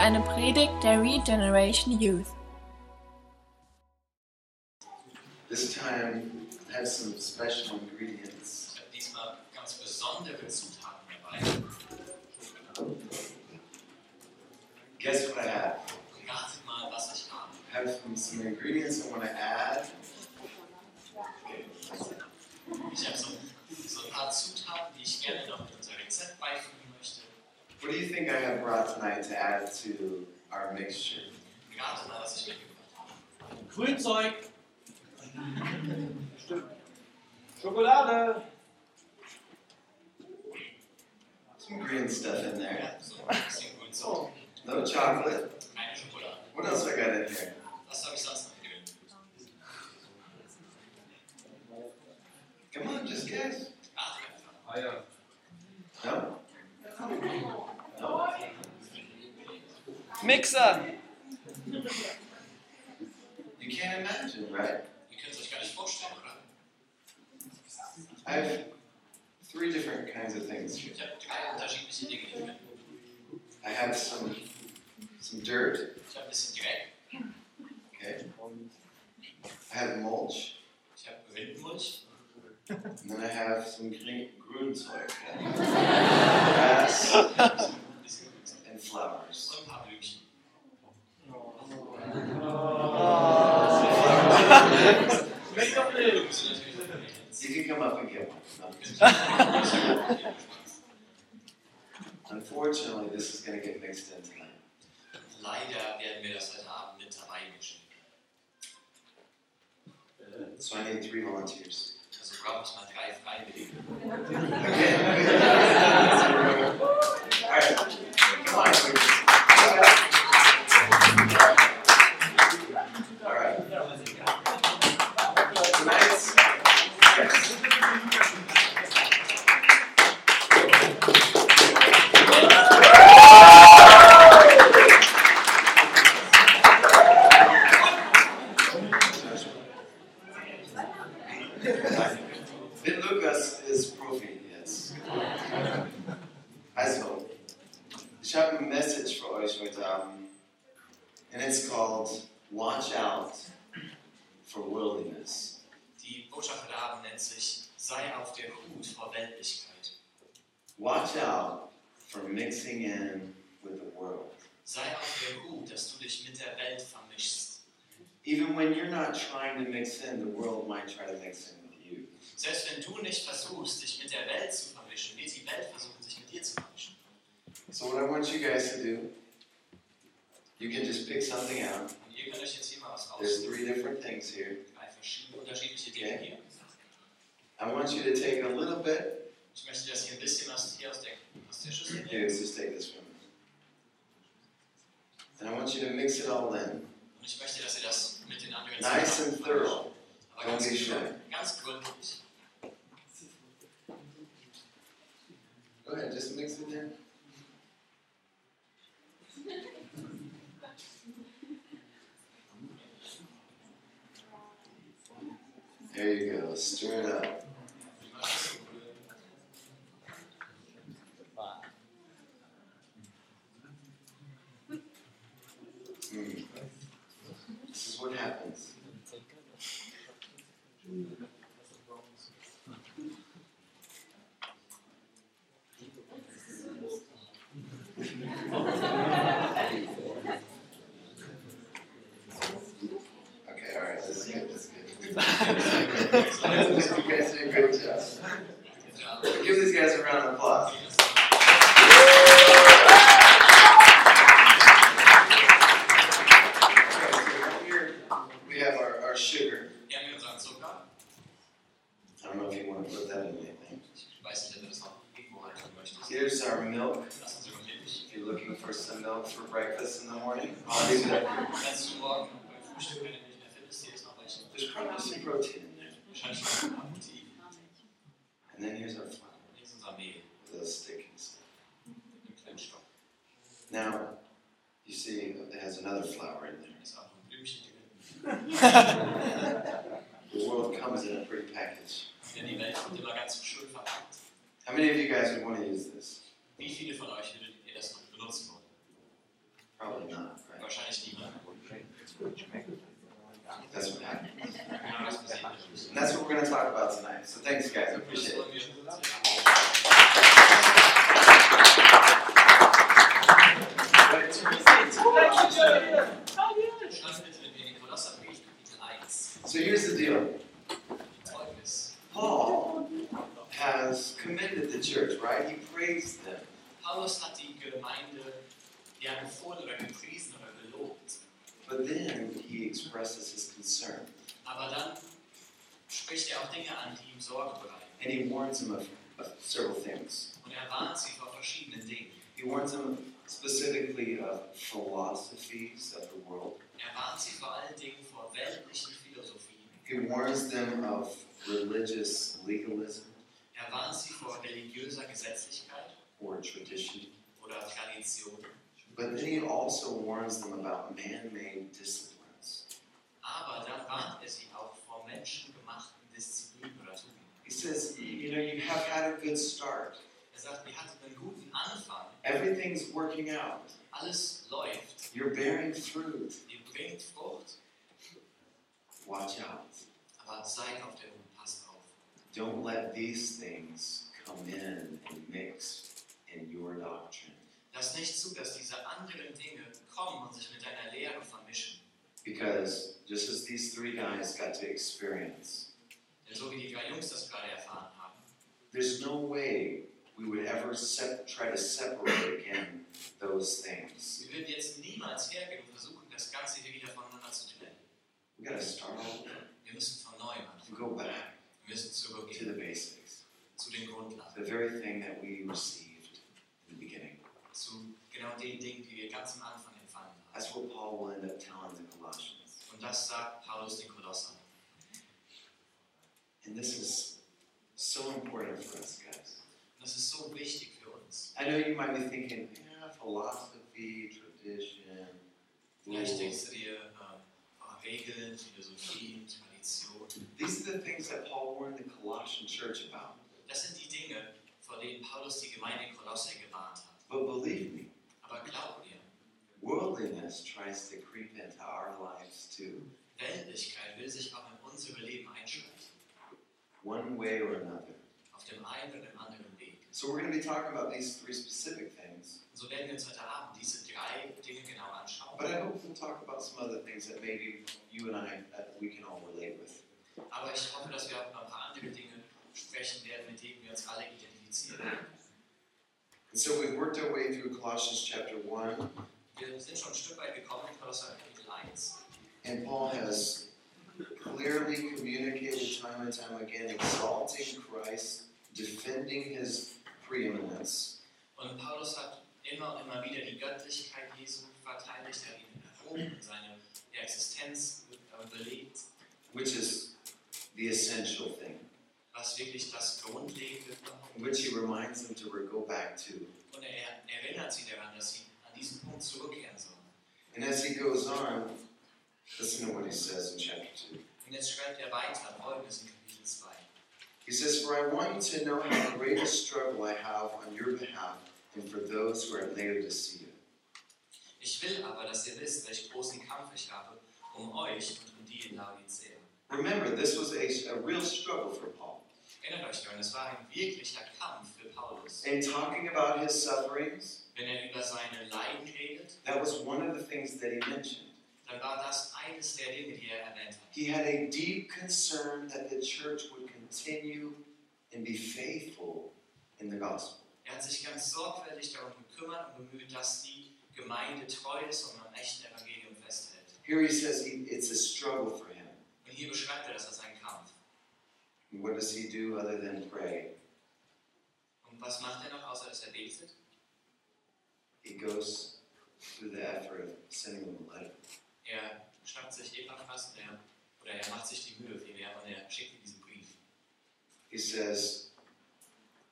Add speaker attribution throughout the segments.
Speaker 1: Edict der Regeneration Youth.
Speaker 2: This time I have some special ingredients.
Speaker 3: Diesmal ganz besondere Zutaten dabei.
Speaker 2: Guess what I have?
Speaker 3: Ratet mal, was ich habe.
Speaker 2: I have some, some ingredients I want to add.
Speaker 3: Ich habe so, so ein paar Zutaten, die ich gerne noch in unser Rezept beifügen möchte.
Speaker 2: What do you think I have brought tonight to add to our mixture?
Speaker 3: Ratet mal, was ich mitgebracht habe.
Speaker 4: Grünzeug. Stimmt. Schokolade.
Speaker 2: Some green stuff in there.
Speaker 3: Ja, so ein bisschen gut so.
Speaker 2: No chocolate.
Speaker 3: Keine Schokolade.
Speaker 2: What else I got in here?
Speaker 3: Was habe ich sonst noch drin?
Speaker 2: Come on, just guess.
Speaker 3: Ratet einfach.
Speaker 4: Eier.
Speaker 2: No?
Speaker 5: Mixer.
Speaker 2: You can't imagine, right?
Speaker 3: Ihr könnt es euch gar nicht vorstellen, oder?
Speaker 2: I have three different kinds of things here.
Speaker 3: Ich habe drei unterschiedliche Dinge hier drin.
Speaker 2: I have some some dirt,
Speaker 3: Ich habe ein bisschen Dreck.
Speaker 2: okay? I have mulch,
Speaker 3: Ich habe Rindenmulch.
Speaker 2: and then I have some green Grünzeug. Grass
Speaker 3: Ein bisschen gut so.
Speaker 2: and flowers.
Speaker 3: Und ein paar Blümchen.
Speaker 4: Ah. Schmeckt doch nicht.
Speaker 3: Blümchen sind natürlich verwendet.
Speaker 2: You can come up and get one. No. Unfortunately, this is going to get mixed in tonight.
Speaker 3: Leider werden wir das heute Abend mit dabei mischen.
Speaker 2: So I need three volunteers.
Speaker 3: Also brauche ich mal drei Freiwillige.
Speaker 2: Okay. All right. Come on. All right. Tonight's. Vin Lucas ist Profi jetzt. Also, ich habe ein Message für euch heute Abend. And it's called Watch Out for Wilderness.
Speaker 3: Die Botschaft heute Abend nennt sich Sei auf der Hut vor Weltlichkeit.
Speaker 2: Watch out for mixing in with the world.
Speaker 3: Sei auf der Hut, dass du dich mit der Welt vermischst.
Speaker 2: Even when you're not trying to mix in, the world might try to mix in with you.
Speaker 3: Selbst wenn du nicht versuchst, dich mit der Welt zu vermischen, wird die Welt versuchen, sich mit dir zu vermischen.
Speaker 2: So, what I want you guys to do, you can just pick something out.
Speaker 3: Und ihr könnt euch jetzt hier mal was
Speaker 2: There's
Speaker 3: aussuchen.
Speaker 2: three different things here.
Speaker 3: Drei verschiedene, unterschiedliche Dinge hier.
Speaker 2: I want you to take a little bit.
Speaker 3: Ich möchte, dass ihr ein bisschen was hier aus der, aus der Schüssel
Speaker 2: Here,
Speaker 3: nehmt.
Speaker 2: let's just take this one. And I want you to mix it all in.
Speaker 3: Und ich möchte, dass ihr das mit den anderen
Speaker 2: Nice
Speaker 3: zusammen
Speaker 2: and
Speaker 3: macht.
Speaker 2: thorough.
Speaker 3: Aber ganz,
Speaker 2: Don't be shy.
Speaker 3: gründlich, ganz gründlich.
Speaker 2: Go ahead, just mix it in. There you go, stir it up. Mm. This is what happens. Okay, all right, this is good, this is good. You guys did a great job.
Speaker 3: Ja.
Speaker 2: Give these guys a round of applause. Here we have our, our sugar.
Speaker 3: Wir haben hier unseren Zucker.
Speaker 2: I don't know if you want to put that in anything.
Speaker 3: Ich weiß nicht, ob du das noch irgendwo reinhaben möchtest.
Speaker 2: Here's our milk.
Speaker 3: Lass uns über Milch.
Speaker 2: If you're looking for some milk for breakfast in the morning, I'll do that.
Speaker 3: Kannst du morgen beim Frühstück, wenn du nicht mehr findest, hier ist noch welche.
Speaker 2: There's probably some protein in there.
Speaker 3: Wahrscheinlich schon mal Protein.
Speaker 2: And then here's our flour
Speaker 3: Hier ist unser Mehl.
Speaker 2: with a stick and stuff.
Speaker 3: Ein kleiner Stock.
Speaker 2: Now, you see it has another flour in there.
Speaker 3: Da ist auch noch ein Blümchen drin.
Speaker 2: The world comes in a pretty package.
Speaker 3: Denn die Welt wird immer ganz schön verpackt.
Speaker 2: How many of you guys would want to use this?
Speaker 3: Wie viele von euch würdet ihr das noch benutzen wollen?
Speaker 2: Probably not. going to talk about tonight. So thanks, guys. I appreciate it. So here's the deal. Paul has commended the church, right? He praised them.
Speaker 3: Paulus hat die Gemeinde ja empfohlen oder gepriesen oder gelobt.
Speaker 2: But then he expresses his concern
Speaker 3: Aber dann spricht er auch Dinge an, die ihm Sorge bereiten.
Speaker 2: and he warns them of, of several things.
Speaker 3: Und er warnt sie vor verschiedenen Dingen.
Speaker 2: He warns them specifically of philosophies of the world,
Speaker 3: Er warnt sie vor allen Dingen vor weltlichen Philosophien.
Speaker 2: he warns them of religious legalism
Speaker 3: Er warnt sie vor religiöser Gesetzlichkeit
Speaker 2: or tradition.
Speaker 3: oder Tradition.
Speaker 2: But then he also warns them about man made disciplines.
Speaker 3: Aber dann warnt er sie auch vor menschengemachten Disziplinen oder Tugenden.
Speaker 2: He says, You know, you have had a good start,
Speaker 3: Er sagt, ihr hattet einen guten Anfang.
Speaker 2: everything's working out,
Speaker 3: Alles läuft.
Speaker 2: you're bearing fruit.
Speaker 3: Ihr bringt Frucht.
Speaker 2: Watch out.
Speaker 3: Aber seid auf der Hut. Passt auf.
Speaker 2: Don't let these things come in and mix in your doctrine.
Speaker 3: Lasst nicht zu, dass diese anderen Dinge kommen und sich mit deiner Lehre vermischen.
Speaker 2: Because just as these three guys got to experience,
Speaker 3: Denn so wie die drei Jungs das gerade erfahren haben,
Speaker 2: there's no way we would ever sep- try to separate again those things.
Speaker 3: sie würden jetzt niemals hergehen und versuchen, das Ganze hier wieder voneinander zu trennen.
Speaker 2: We gotta start over
Speaker 3: Wir müssen von neuem anfangen.
Speaker 2: and go back
Speaker 3: Wir müssen
Speaker 2: to
Speaker 3: zurückgehen
Speaker 2: the basics,
Speaker 3: zu den Grundlagen.
Speaker 2: the very thing that we received in the beginning.
Speaker 3: Zu genau den Dingen, die wir ganz am Anfang empfangen haben.
Speaker 2: That's what Paul will end up telling the Colossians.
Speaker 3: Und das sagt Paulus den Kolossern.
Speaker 2: And this is so important for us, guys.
Speaker 3: Und das ist so wichtig für uns.
Speaker 2: I know you might be thinking, yeah, philosophy, tradition,
Speaker 3: Vielleicht
Speaker 2: rules.
Speaker 3: denkst du dir, äh, oh, Regeln, Philosophie, Tradition.
Speaker 2: These are the things that Paul warned the Colossian church about.
Speaker 3: Das sind die Dinge, vor denen Paulus die Gemeinde in Kolosse gewarnt hat.
Speaker 2: But believe me,
Speaker 3: Aber glaub mir,
Speaker 2: worldliness tries to creep into our lives too,
Speaker 3: Weltlichkeit will sich auch in unsere Leben einschleichen.
Speaker 2: one way or another.
Speaker 3: Auf dem einen oder dem anderen Weg.
Speaker 2: So we're going to be talking about these three specific things,
Speaker 3: Und so werden wir uns heute Abend diese drei Dinge genau anschauen.
Speaker 2: but I hope we'll talk about some other things that maybe you and I that we can all relate with.
Speaker 3: Aber ich hoffe, dass wir auch über ein paar andere Dinge sprechen werden, mit denen wir uns alle identifizieren.
Speaker 2: And so we've worked our way through Colossians chapter one,
Speaker 3: Wir sind schon ein Stück weit gekommen in Kolosser Kapitel 1.
Speaker 2: and Paul has clearly communicated time and time again, exalting Christ, defending his preeminence.
Speaker 3: Und Paulus hat immer und immer wieder die Göttlichkeit Jesu verteidigt, er hat ihn erhoben und seine Existenz äh, belegt,
Speaker 2: which is the essential thing,
Speaker 3: was wirklich das Grundlegende war.
Speaker 2: which he reminds them to re- go back to.
Speaker 3: Und er erinnert sie daran, dass sie an diesen Punkt zurückkehren sollen.
Speaker 2: And as he goes on, listen to what he says in chapter 2.
Speaker 3: Und jetzt schreibt er weiter, folgendes in Kapitel 2.
Speaker 2: He says, For I want you to know how great a struggle I have on your behalf and for those who are at Laodicea,
Speaker 3: Ich will aber, dass ihr wisst, welch großen Kampf ich habe, um euch und um die in Laodicea.
Speaker 2: Remember, this was a, a real struggle for Paul.
Speaker 3: Erinnert euch daran, es war ein wirklicher Kampf für Paulus.
Speaker 2: In talking about his sufferings,
Speaker 3: Wenn er über seine Leiden redet,
Speaker 2: that was one of the things that he mentioned.
Speaker 3: dann war das eines der Dinge, die er erwähnt hat.
Speaker 2: He had a deep concern that the church would continue and be faithful in the gospel.
Speaker 3: Er hat sich ganz sorgfältig darum gekümmert und bemüht, dass die Gemeinde treu ist und am echten Evangelium festhält.
Speaker 2: Here he says he, it's a struggle for him.
Speaker 3: Und hier beschreibt er das als einen Kampf.
Speaker 2: And what does he do other than pray?
Speaker 3: Und was macht er noch, außer dass er betet?
Speaker 2: He goes through the effort of sending him a letter.
Speaker 3: Er schnappt sich Epaphras und er, oder er macht sich die Mühe vielmehr und er schickt ihm diesen Brief.
Speaker 2: He says,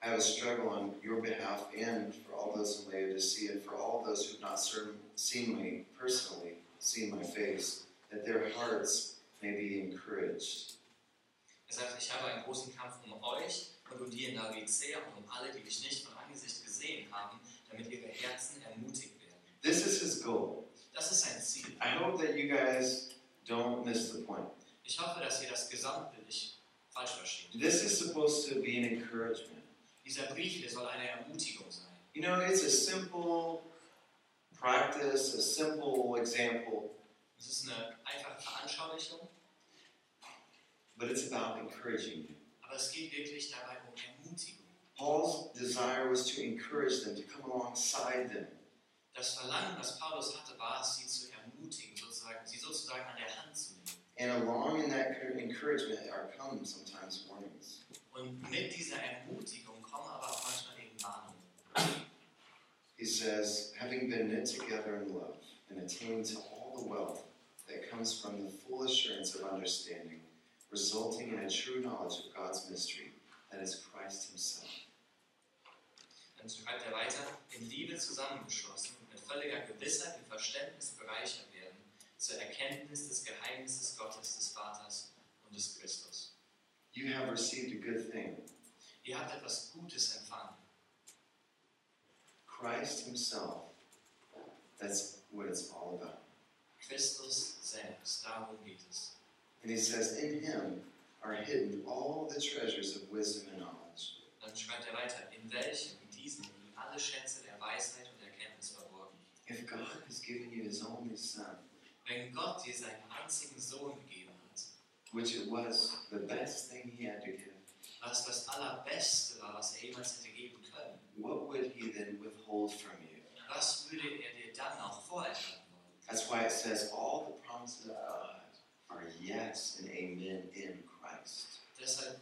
Speaker 2: I have a struggle on your behalf and for all those in Laodicea and for all those who've not served, seen me personally, seen my face, that their hearts may be encouraged.
Speaker 3: Er sagt, ich habe einen großen Kampf um euch und um die in Laodicea und um alle, die mich nicht von Angesicht gesehen haben, damit ihre Herzen ermutigt werden.
Speaker 2: This is his goal.
Speaker 3: Das ist sein Ziel.
Speaker 2: I hope that you guys don't miss the point.
Speaker 3: Ich hoffe, dass ihr das Gesamtbild nicht falsch verstehen.
Speaker 2: This is supposed to be an encouragement.
Speaker 3: Dieser Brief hier soll eine Ermutigung sein.
Speaker 2: You know, it's a simple practice, a simple example,
Speaker 3: Es ist eine einfache Veranschaulichung,
Speaker 2: but it's about encouraging you.
Speaker 3: aber es geht wirklich dabei um Ermutigung.
Speaker 2: Paul's desire was to encourage them, to come alongside them.
Speaker 3: Das Verlangen, das Paulus hatte, war es, sie zu ermutigen, sozusagen, sie sozusagen an der Hand zu nehmen.
Speaker 2: And along in that encouragement are come sometimes warnings.
Speaker 3: Und mit dieser Ermutigung kommen aber auch manchmal eben Warnungen.
Speaker 2: He says, having been knit together in love and attained to all the wealth that comes from the full assurance of understanding, resulting in a true knowledge of God's mystery, that is Christ Himself.
Speaker 3: Dann schreibt er weiter, in Liebe zusammengeschlossen, mit völliger Gewissheit im Verständnis bereichert werden, zur Erkenntnis des Geheimnisses Gottes, des Vaters und des Christus.
Speaker 2: You have received a good thing.
Speaker 3: Ihr habt etwas Gutes empfangen.
Speaker 2: Christ Himself. That's what it's all about.
Speaker 3: Christus selbst, darum geht es.
Speaker 2: And He says, in Him are hidden all the treasures of wisdom and knowledge.
Speaker 3: Dann schreibt er weiter, in welchem, in diesem, liegen alle Schätze der Weisheit und Erkenntnis verborgen.
Speaker 2: If God has given you His only Son,
Speaker 3: Wenn Gott dir seinen einzigen Sohn gegeben hat,
Speaker 2: which it was the best thing He had to give,
Speaker 3: was das Allerbeste war, was er jemals hätte geben können,
Speaker 2: what would He then withhold from you?
Speaker 3: was würde er dir dann auch vorenthalten wollen?
Speaker 2: That's why it says all the promises of God are yes and amen in Christ.
Speaker 3: Deshalb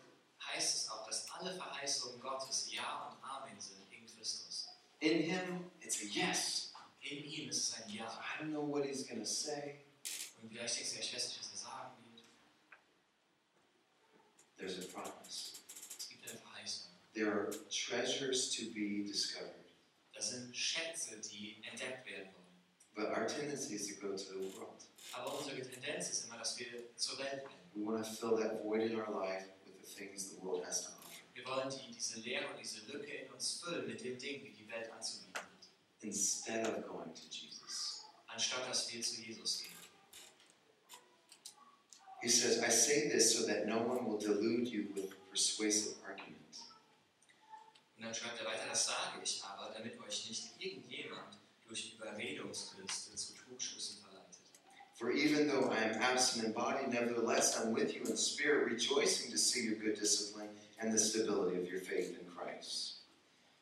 Speaker 3: heißt es auch, dass alle Verheißungen Gottes Ja und Amen sind in Christus.
Speaker 2: In Him, it's a yes.
Speaker 3: In ihm ist es ein Ja.
Speaker 2: I don't know what He's going to say.
Speaker 3: Und vielleicht denkst du, ja, ich weiß nicht, was er sagen wird.
Speaker 2: There's a promise.
Speaker 3: Es gibt eine Verheißung.
Speaker 2: There are treasures to be discovered.
Speaker 3: Das sind Schätze, die entdeckt werden wollen.
Speaker 2: But our tendency is to go to the world.
Speaker 3: Aber unsere Tendenz ist immer, dass wir zur Welt werden.
Speaker 2: We want to fill that void in our life with the things the world has to offer.
Speaker 3: Wir wollen die, diese Leere und diese Lücke in uns füllen mit den Dingen, die die Welt anzubieten hat,
Speaker 2: Instead of going to Jesus,
Speaker 3: anstatt dass wir zu Jesus gehen.
Speaker 2: He says, I say this so that no one will delude you with persuasive argument.
Speaker 3: Und dann schreibt er weiter, das sage ich aber, damit euch nicht irgendjemand durch Überredungskünste zu Trugschlüssen verleitet.
Speaker 2: For even though I am absent in body, nevertheless I'm with you in spirit, rejoicing to see your good discipline and the stability of your faith in Christ.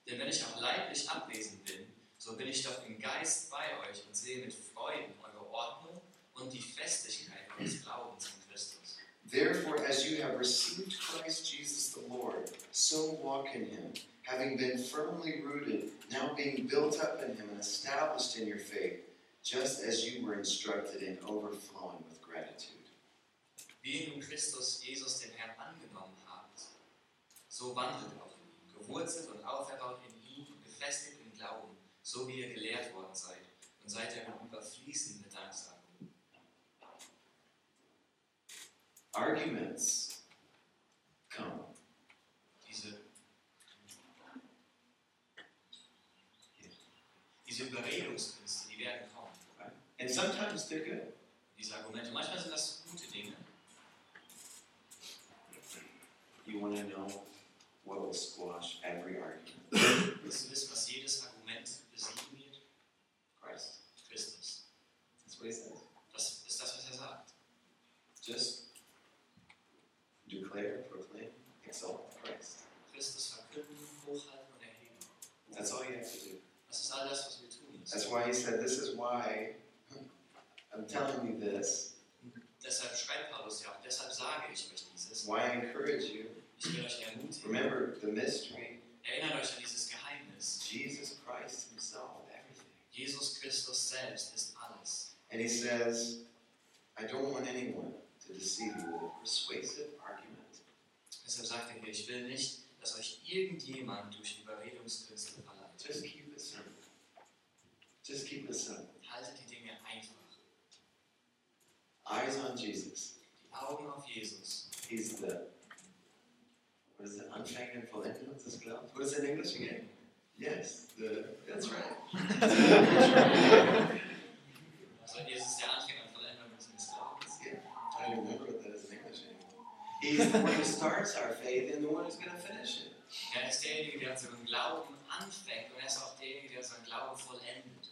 Speaker 3: Denn wenn ich auch leiblich abwesend bin, so bin ich doch im Geist bei euch und sehe mit Freuden eure Ordnung und die Festigkeit eures Glaubens in Christus.
Speaker 2: Therefore, as you have received Christ Jesus the Lord, so walk in him, having been firmly rooted, now being built up in him and established in your faith, just as you were instructed and overflowing with gratitude.
Speaker 3: Wie ihr nun Christus Jesus den Herrn angenommen habt, so wandelt auch in ihm, gewurzelt und auferbaut in ihm und gefestigt im Glauben, so wie ihr gelehrt worden seid und seid ihr überfließend mit Danksagung.
Speaker 2: Arguments come.
Speaker 3: diese, diese Überredungskünste, die werden kommen.
Speaker 2: And sometimes they're good.
Speaker 3: Diese Argumente. Manchmal sind das gute Dinge.
Speaker 2: You want to know what will squash every argument?
Speaker 3: Willst du wissen, was jedes Argument besiegen wird?
Speaker 2: Christ.
Speaker 3: Christus.
Speaker 2: That's what he says.
Speaker 3: Das ist das, was er sagt.
Speaker 2: Just declare, proclaim, exalt Christ.
Speaker 3: Christus verkünden, hochhalten und erheben.
Speaker 2: That's all you have to do.
Speaker 3: Das ist all das, was wir tun müssen.
Speaker 2: That's why he said, This is why hmm, I'm telling you this,
Speaker 3: Deshalb schreibt Paulus ja auch, deshalb sage ich euch dieses.
Speaker 2: why I encourage you.
Speaker 3: Ich will euch ermutigen.
Speaker 2: Remember the mystery
Speaker 3: Erinnert euch an dieses Geheimnis.
Speaker 2: Jesus Christ Himself, everything.
Speaker 3: Jesus Christus selbst ist alles.
Speaker 2: And he says, I don't want anyone to deceive you with a persuasive argument.
Speaker 3: Deshalb sagt er hier, ich will nicht, dass euch irgendjemand durch Überredungskünste verleitet.
Speaker 2: Just keep it simple. Just keep it simple.
Speaker 3: Haltet die Dinge einfach.
Speaker 2: Eyes on Jesus.
Speaker 3: Die Augen auf Jesus.
Speaker 2: He's the what is it? Unfeigned Vollendung des Glaubens. What is it in English again? Yes, the that's right.
Speaker 3: Also Jesus ist der Anfänger und Vollender unseres Glaubens.
Speaker 2: I don't remember what that is in English anymore. He's the one who starts our faith and the one who's going to finish it.
Speaker 3: Er ist derjenige, der unseren Glauben anfängt und er ist auch derjenige, der unseren Glauben vollendet.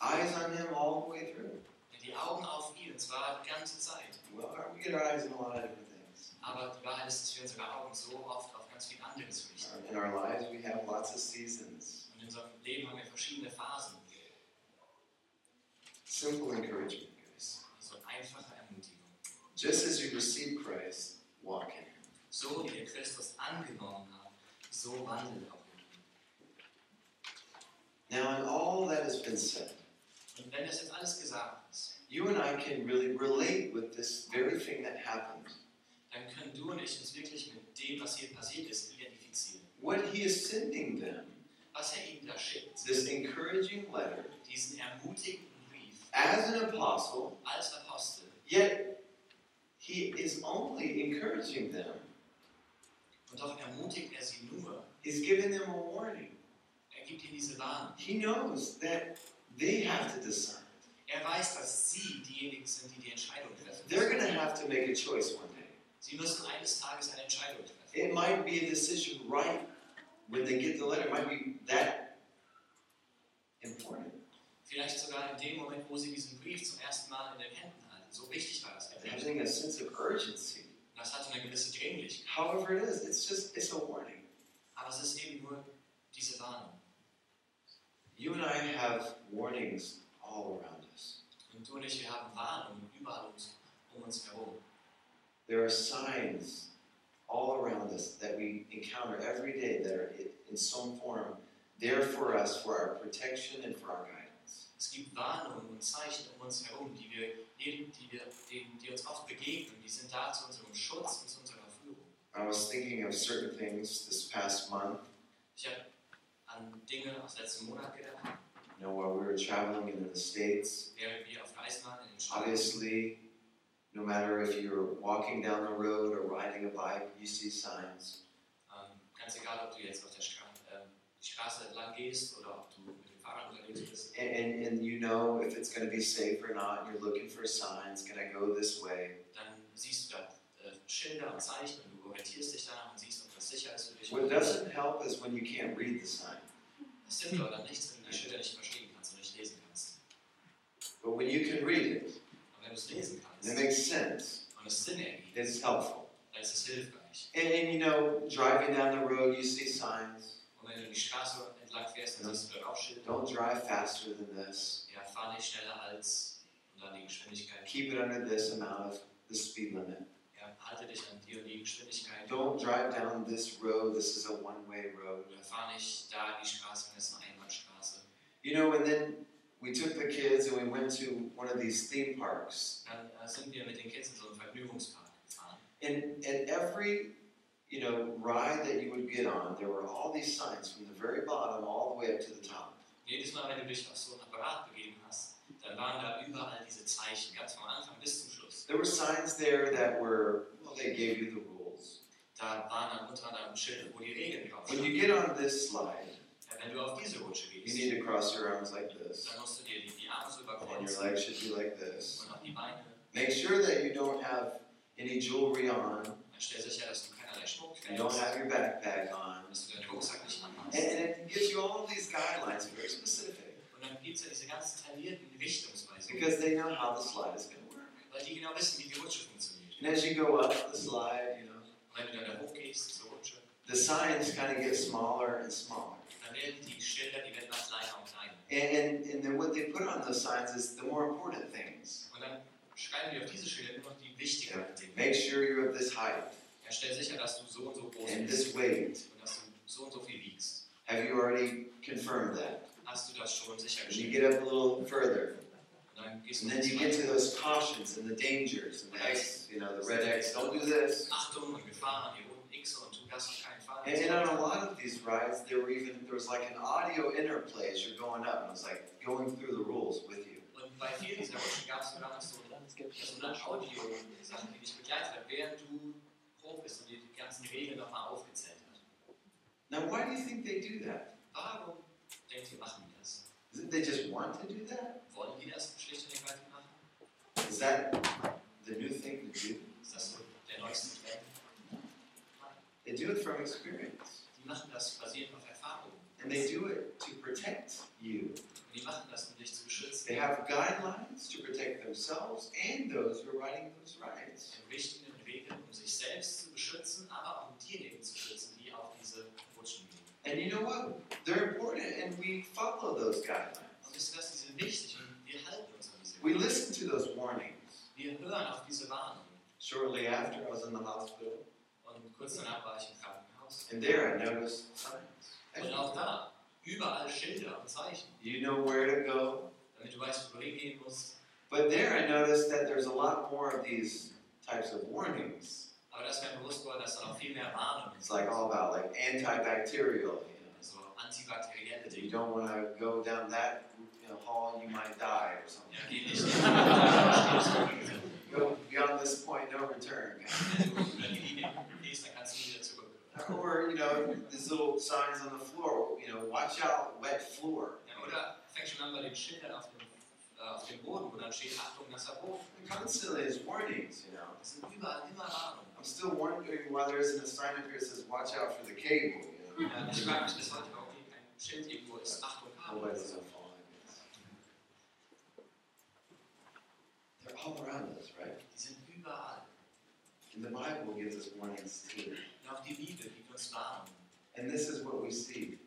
Speaker 2: Eyes on Him all the way through.
Speaker 3: Denn die Augen auf ihn, und zwar die ganze Zeit.
Speaker 2: Well, we get our eyes on a lot of different things.
Speaker 3: Aber die Wahrheit ist, dass wir unsere Augen so oft auf ganz viel anderes richten.
Speaker 2: Um, In our lives, we have lots of seasons.
Speaker 3: Und in unserem Leben haben wir verschiedene Phasen.
Speaker 2: Simple encouragement, guys.
Speaker 3: Also einfache Ermutigung.
Speaker 2: Just as you receive Christ, walk in Him.
Speaker 3: So wie ihr Christus angenommen habt, so wandelt auch in ihm.
Speaker 2: Now, in all that has been said,
Speaker 3: Und wenn das jetzt alles gesagt ist,
Speaker 2: you and I can really relate with this very thing that happened.
Speaker 3: dann können du und ich uns wirklich mit dem, was hier passiert ist, identifizieren.
Speaker 2: What He is sending them,
Speaker 3: Was er ihnen da schickt,
Speaker 2: this encouraging letter,
Speaker 3: diesen ermutigenden Brief
Speaker 2: as an apostle,
Speaker 3: als Apostel,
Speaker 2: Yet he is only encouraging them.
Speaker 3: und doch ermutigt er sie nur.
Speaker 2: He's giving them a warning.
Speaker 3: Er gibt ihnen diese Warnung.
Speaker 2: He knows that they have to decide.
Speaker 3: Er weiß, dass sie diejenigen sind, die die Entscheidung treffen.
Speaker 2: They're
Speaker 3: müssen.
Speaker 2: going to have to make a choice one day.
Speaker 3: Sie müssen eines Tages eine Entscheidung treffen.
Speaker 2: It might be a decision right when they get the letter. It might be that important.
Speaker 3: Vielleicht sogar in dem Moment, wo sie diesen Brief zum ersten Mal in den Händen halten. So wichtig war das.
Speaker 2: They're
Speaker 3: Brief.
Speaker 2: having a sense of urgency.
Speaker 3: Das hatte eine gewisse Dringlichkeit.
Speaker 2: However it is, it's just it's a warning.
Speaker 3: Aber es ist eben nur diese Warnung.
Speaker 2: You and I have warnings all around us.
Speaker 3: Und du und ich, wir haben Warnungen überall uns, um uns herum.
Speaker 2: There are signs all around us that we encounter every day that are i- in some form there for us for our protection and for our guidance.
Speaker 3: Es gibt Warnungen und Zeichen um uns herum, die, wir, jeden- die, wir, denen- die uns oft begegnen. Die sind da zu unserem Schutz und zu unserer Führung.
Speaker 2: I was thinking of certain things this past month,
Speaker 3: Ich habe an Dinge aus letzten Monat gedacht,
Speaker 2: you know, while we were traveling in the States.
Speaker 3: während wir auf Reisen waren in den Staaten.
Speaker 2: Obviously, no matter if you're walking down the road or riding a bike, you see signs.
Speaker 3: Ähm, ganz egal, ob du jetzt auf der Stra ähm, die Straße entlang gehst oder ob du mit dem Fahrrad unterwegs bist.
Speaker 2: And, and, and you know if it's going to be safe or not. You're looking for signs. Can I go this way?
Speaker 3: Dann siehst du da äh, Schilder und Zeichen und du orientierst dich danach und siehst, ob das sicher ist für dich.
Speaker 2: What doesn't help is when you can't read the sign.
Speaker 3: Es hilft aber dann nichts, wenn du die Schilder nicht verstehen kannst und nicht lesen kannst.
Speaker 2: But when you can read it,
Speaker 3: Aber wenn du es lesen
Speaker 2: It
Speaker 3: kannst
Speaker 2: makes sense.
Speaker 3: und es Sinn ergibt,
Speaker 2: It's helpful.
Speaker 3: dann ist es hilfreich.
Speaker 2: And, and you know, driving down the road, you see signs.
Speaker 3: Und wenn du die Straße entlang fährst, dann siehst du dort auch Schilder.
Speaker 2: Don't drive faster than this.
Speaker 3: Ja, fahr nicht schneller als und dann die Geschwindigkeit.
Speaker 2: Keep it under this amount of the speed limit.
Speaker 3: Ja, halte dich an die und die Geschwindigkeit.
Speaker 2: Don't drive down this road. This is a one-way road.
Speaker 3: Oder fahr nicht da die Straße, wenn es eine Einbahnstraße.
Speaker 2: You know, and then we took the kids and we went to one of these theme parks.
Speaker 3: Dann äh, sind wir mit den Kids in so einen Vergnügungspark gefahren.
Speaker 2: And and every you know ride that you would get on, there were all these signs from the very bottom all the way up to the top.
Speaker 3: Und jedes Mal, wenn du dich auf so einen Apparat begeben hast, dann waren da überall diese Zeichen, ganz vom Anfang bis zum Schluss.
Speaker 2: There were signs there that were well, they gave you the rules.
Speaker 3: Da waren dann unter anderem Schilder, wo die Regeln drauf
Speaker 2: When
Speaker 3: standen.
Speaker 2: you get on this slide,
Speaker 3: Ja, wenn du auf diese Rutsche
Speaker 2: You
Speaker 3: gehst,
Speaker 2: need to cross your arms like this,
Speaker 3: dann musst du dir die, die Arme so
Speaker 2: and your
Speaker 3: überkreuzen
Speaker 2: legs should be like this.
Speaker 3: und auch die Beine.
Speaker 2: Make sure that you don't have any jewelry on,
Speaker 3: Dann stell sicher, dass du keinerlei Schmuck
Speaker 2: you don't
Speaker 3: trägst,
Speaker 2: have your backpack on.
Speaker 3: dass du deinen Rucksack nicht
Speaker 2: And,
Speaker 3: anhast.
Speaker 2: and it gives you all these guidelines, very specific,
Speaker 3: Und dann gibt es ja diese ganz detaillierten Richtungsweisungen,
Speaker 2: because they know how the slide is going to work.
Speaker 3: weil die genau wissen, wie die Rutsche funktioniert.
Speaker 2: And as you go up the slide, you know,
Speaker 3: Und wenn du dann da hochgehst zur Rutsche,
Speaker 2: the signs kind of get smaller and smaller.
Speaker 3: dann werden die Schilder, die werden dann kleiner und kleiner.
Speaker 2: And, and, and then what they put on those signs is the more important things.
Speaker 3: Und dann schreiben die auf diese Schilder nur noch die wichtigeren Dinge.
Speaker 2: Make sure you're of this height
Speaker 3: Ja, stell sicher, dass du so und so groß
Speaker 2: and
Speaker 3: bist
Speaker 2: this weight.
Speaker 3: und dass du so und so viel wiegst.
Speaker 2: Have you already confirmed that?
Speaker 3: Hast du das schon
Speaker 2: And you
Speaker 3: sichergestellt?
Speaker 2: get up a little further.
Speaker 3: Und dann gehst du
Speaker 2: And then you get to those cautions and the dangers and the X, you know, the red X, don't do this.
Speaker 3: Achtung und Gefahren, hier oben X und tu das auf keinen Fall.
Speaker 2: And, and on a lot of these rides, there were even there was like an audio interplay as you're going up, and it was like going through the rules with you.
Speaker 3: Und bei vielen dieser Rutschen gab es sogar noch so eine, so eine Audio-Sache, die dich begleitet hat, während du hoch bist und dir die ganzen Regeln nochmal aufgezählt hat.
Speaker 2: Now, why do you think they do that?
Speaker 3: Warum denkt ihr, machen die das?
Speaker 2: Isn't they just want to do that?
Speaker 3: Wollen die das schlicht und ergreifend machen?
Speaker 2: Is that the new thing to do?
Speaker 3: Ist das so der neueste
Speaker 2: from experience.
Speaker 3: Die machen das basierend auf Erfahrung.
Speaker 2: And they do it to protect you.
Speaker 3: Und die machen das, um dich zu beschützen.
Speaker 2: They have guidelines to protect themselves and those who are writing those rights.
Speaker 3: Mit richtigen Regeln, um sich selbst zu beschützen, aber auch um diejenigen zu schützen, die auf diese Rutschen gehen.
Speaker 2: And you know what? They're important and we follow those guidelines.
Speaker 3: Und wisst ihr was, die sind wichtig und wir halten uns an diese
Speaker 2: We
Speaker 3: Regeln.
Speaker 2: listen to those warnings.
Speaker 3: Wir hören auf diese Warnungen.
Speaker 2: Shortly after, I was in the hospital,
Speaker 3: Und kurz danach war ich im Krankenhaus.
Speaker 2: and there I noticed signs.
Speaker 3: Und auch da, überall Schilder und Zeichen,
Speaker 2: You know where to go,
Speaker 3: damit du weißt, wo du hingehen musst.
Speaker 2: But there I noticed that there's a lot more of these types of warnings.
Speaker 3: Aber das mir bewusst wurde, dass da noch viel mehr Warnungen
Speaker 2: It's like all about like antibacterial, you know.
Speaker 3: Also antibakterielle
Speaker 2: You
Speaker 3: Dinge.
Speaker 2: don't want to go down that you know, hall, you might die or
Speaker 3: Ja,
Speaker 2: something.
Speaker 3: geh nicht. Wenn
Speaker 2: Go beyond this point, no return.
Speaker 3: du über die Linie gehst, dann kannst du wieder zurück.
Speaker 2: Or, you know, these little signs on the floor, you know, watch out, wet floor.
Speaker 3: Ja, oder fäng schon an bei den Schildern auf dem, äh, auf dem Boden, wo dann steht, Achtung, nasser Boden.
Speaker 2: Constantly there's warnings, you know.
Speaker 3: Das sind überall immer Warnungen.
Speaker 2: I'm still wondering why there isn't a sign up here that says, watch out for the cable, you know.
Speaker 3: Ja, ich frage mich bis heute, warum hier kein Schild irgendwo ist, Achtung, Kabel.
Speaker 2: Otherwise, it's a fall, I guess. They're all around us, right?
Speaker 3: Die sind überall.
Speaker 2: And the Bible gives us warnings too.
Speaker 3: Und auch die Bibel gibt uns Warnungen.
Speaker 2: And this is what we see.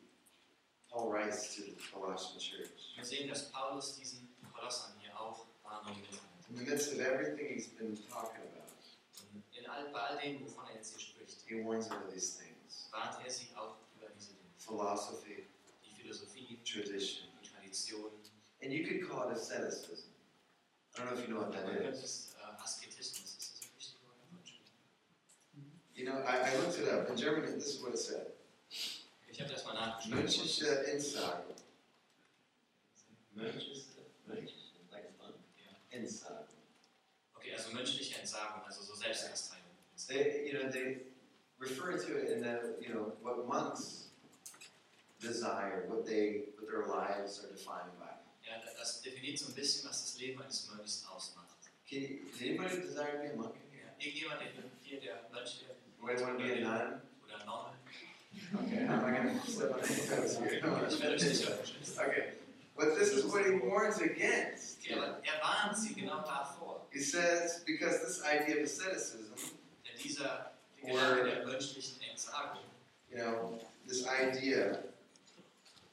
Speaker 2: Paul writes to the Colossian church.
Speaker 3: Wir sehen, dass Paulus diesen Kolossern hier auch Warnungen mitteilt.
Speaker 2: In the midst of everything he's been talking about,
Speaker 3: Und in all, bei all dem, wovon er jetzt hier spricht,
Speaker 2: he warns them of these things
Speaker 3: warnt er sie auch über diese Dinge.
Speaker 2: philosophy,
Speaker 3: Die Philosophie,
Speaker 2: tradition.
Speaker 3: die Tradition.
Speaker 2: And you could call it asceticism. I don't know if you know what
Speaker 3: Man
Speaker 2: that
Speaker 3: nennt
Speaker 2: is.
Speaker 3: es äh, Asketismus. Ist das ein richtiges Wort in Deutsch?
Speaker 2: You know, I, I looked it up. In German, this is what it said
Speaker 3: Ich habe das mal nachgeschaut.
Speaker 2: Mönchische Insight. Mönchische? Mönchische? Like fun? Yeah. Insight.
Speaker 3: Okay, also menschliche Entsagung, also so Selbstkasteiung.
Speaker 2: They, you know, they refer to it in the, you know, what monks desire, what they, what their lives are defined by.
Speaker 3: Ja, da- das definiert so ein bisschen, was das Leben eines Mönchs ausmacht.
Speaker 2: Can you, does anybody desire to be a monk in
Speaker 3: Ja,
Speaker 2: here?
Speaker 3: irgendjemand der hier, der Mönch der-
Speaker 2: Anybody want to be a nun?
Speaker 3: oder Nonne,
Speaker 2: Okay, I'm not gonna slip on any toes here.
Speaker 3: ich werde euch nicht aufschließen.
Speaker 2: Okay, but this is what he warns against.
Speaker 3: Okay, aber er warnt sie genau davor.
Speaker 2: He says, because this idea of asceticism,
Speaker 3: Denn dieser der Gedanke der menschlichen Entsagung,
Speaker 2: you know, this idea,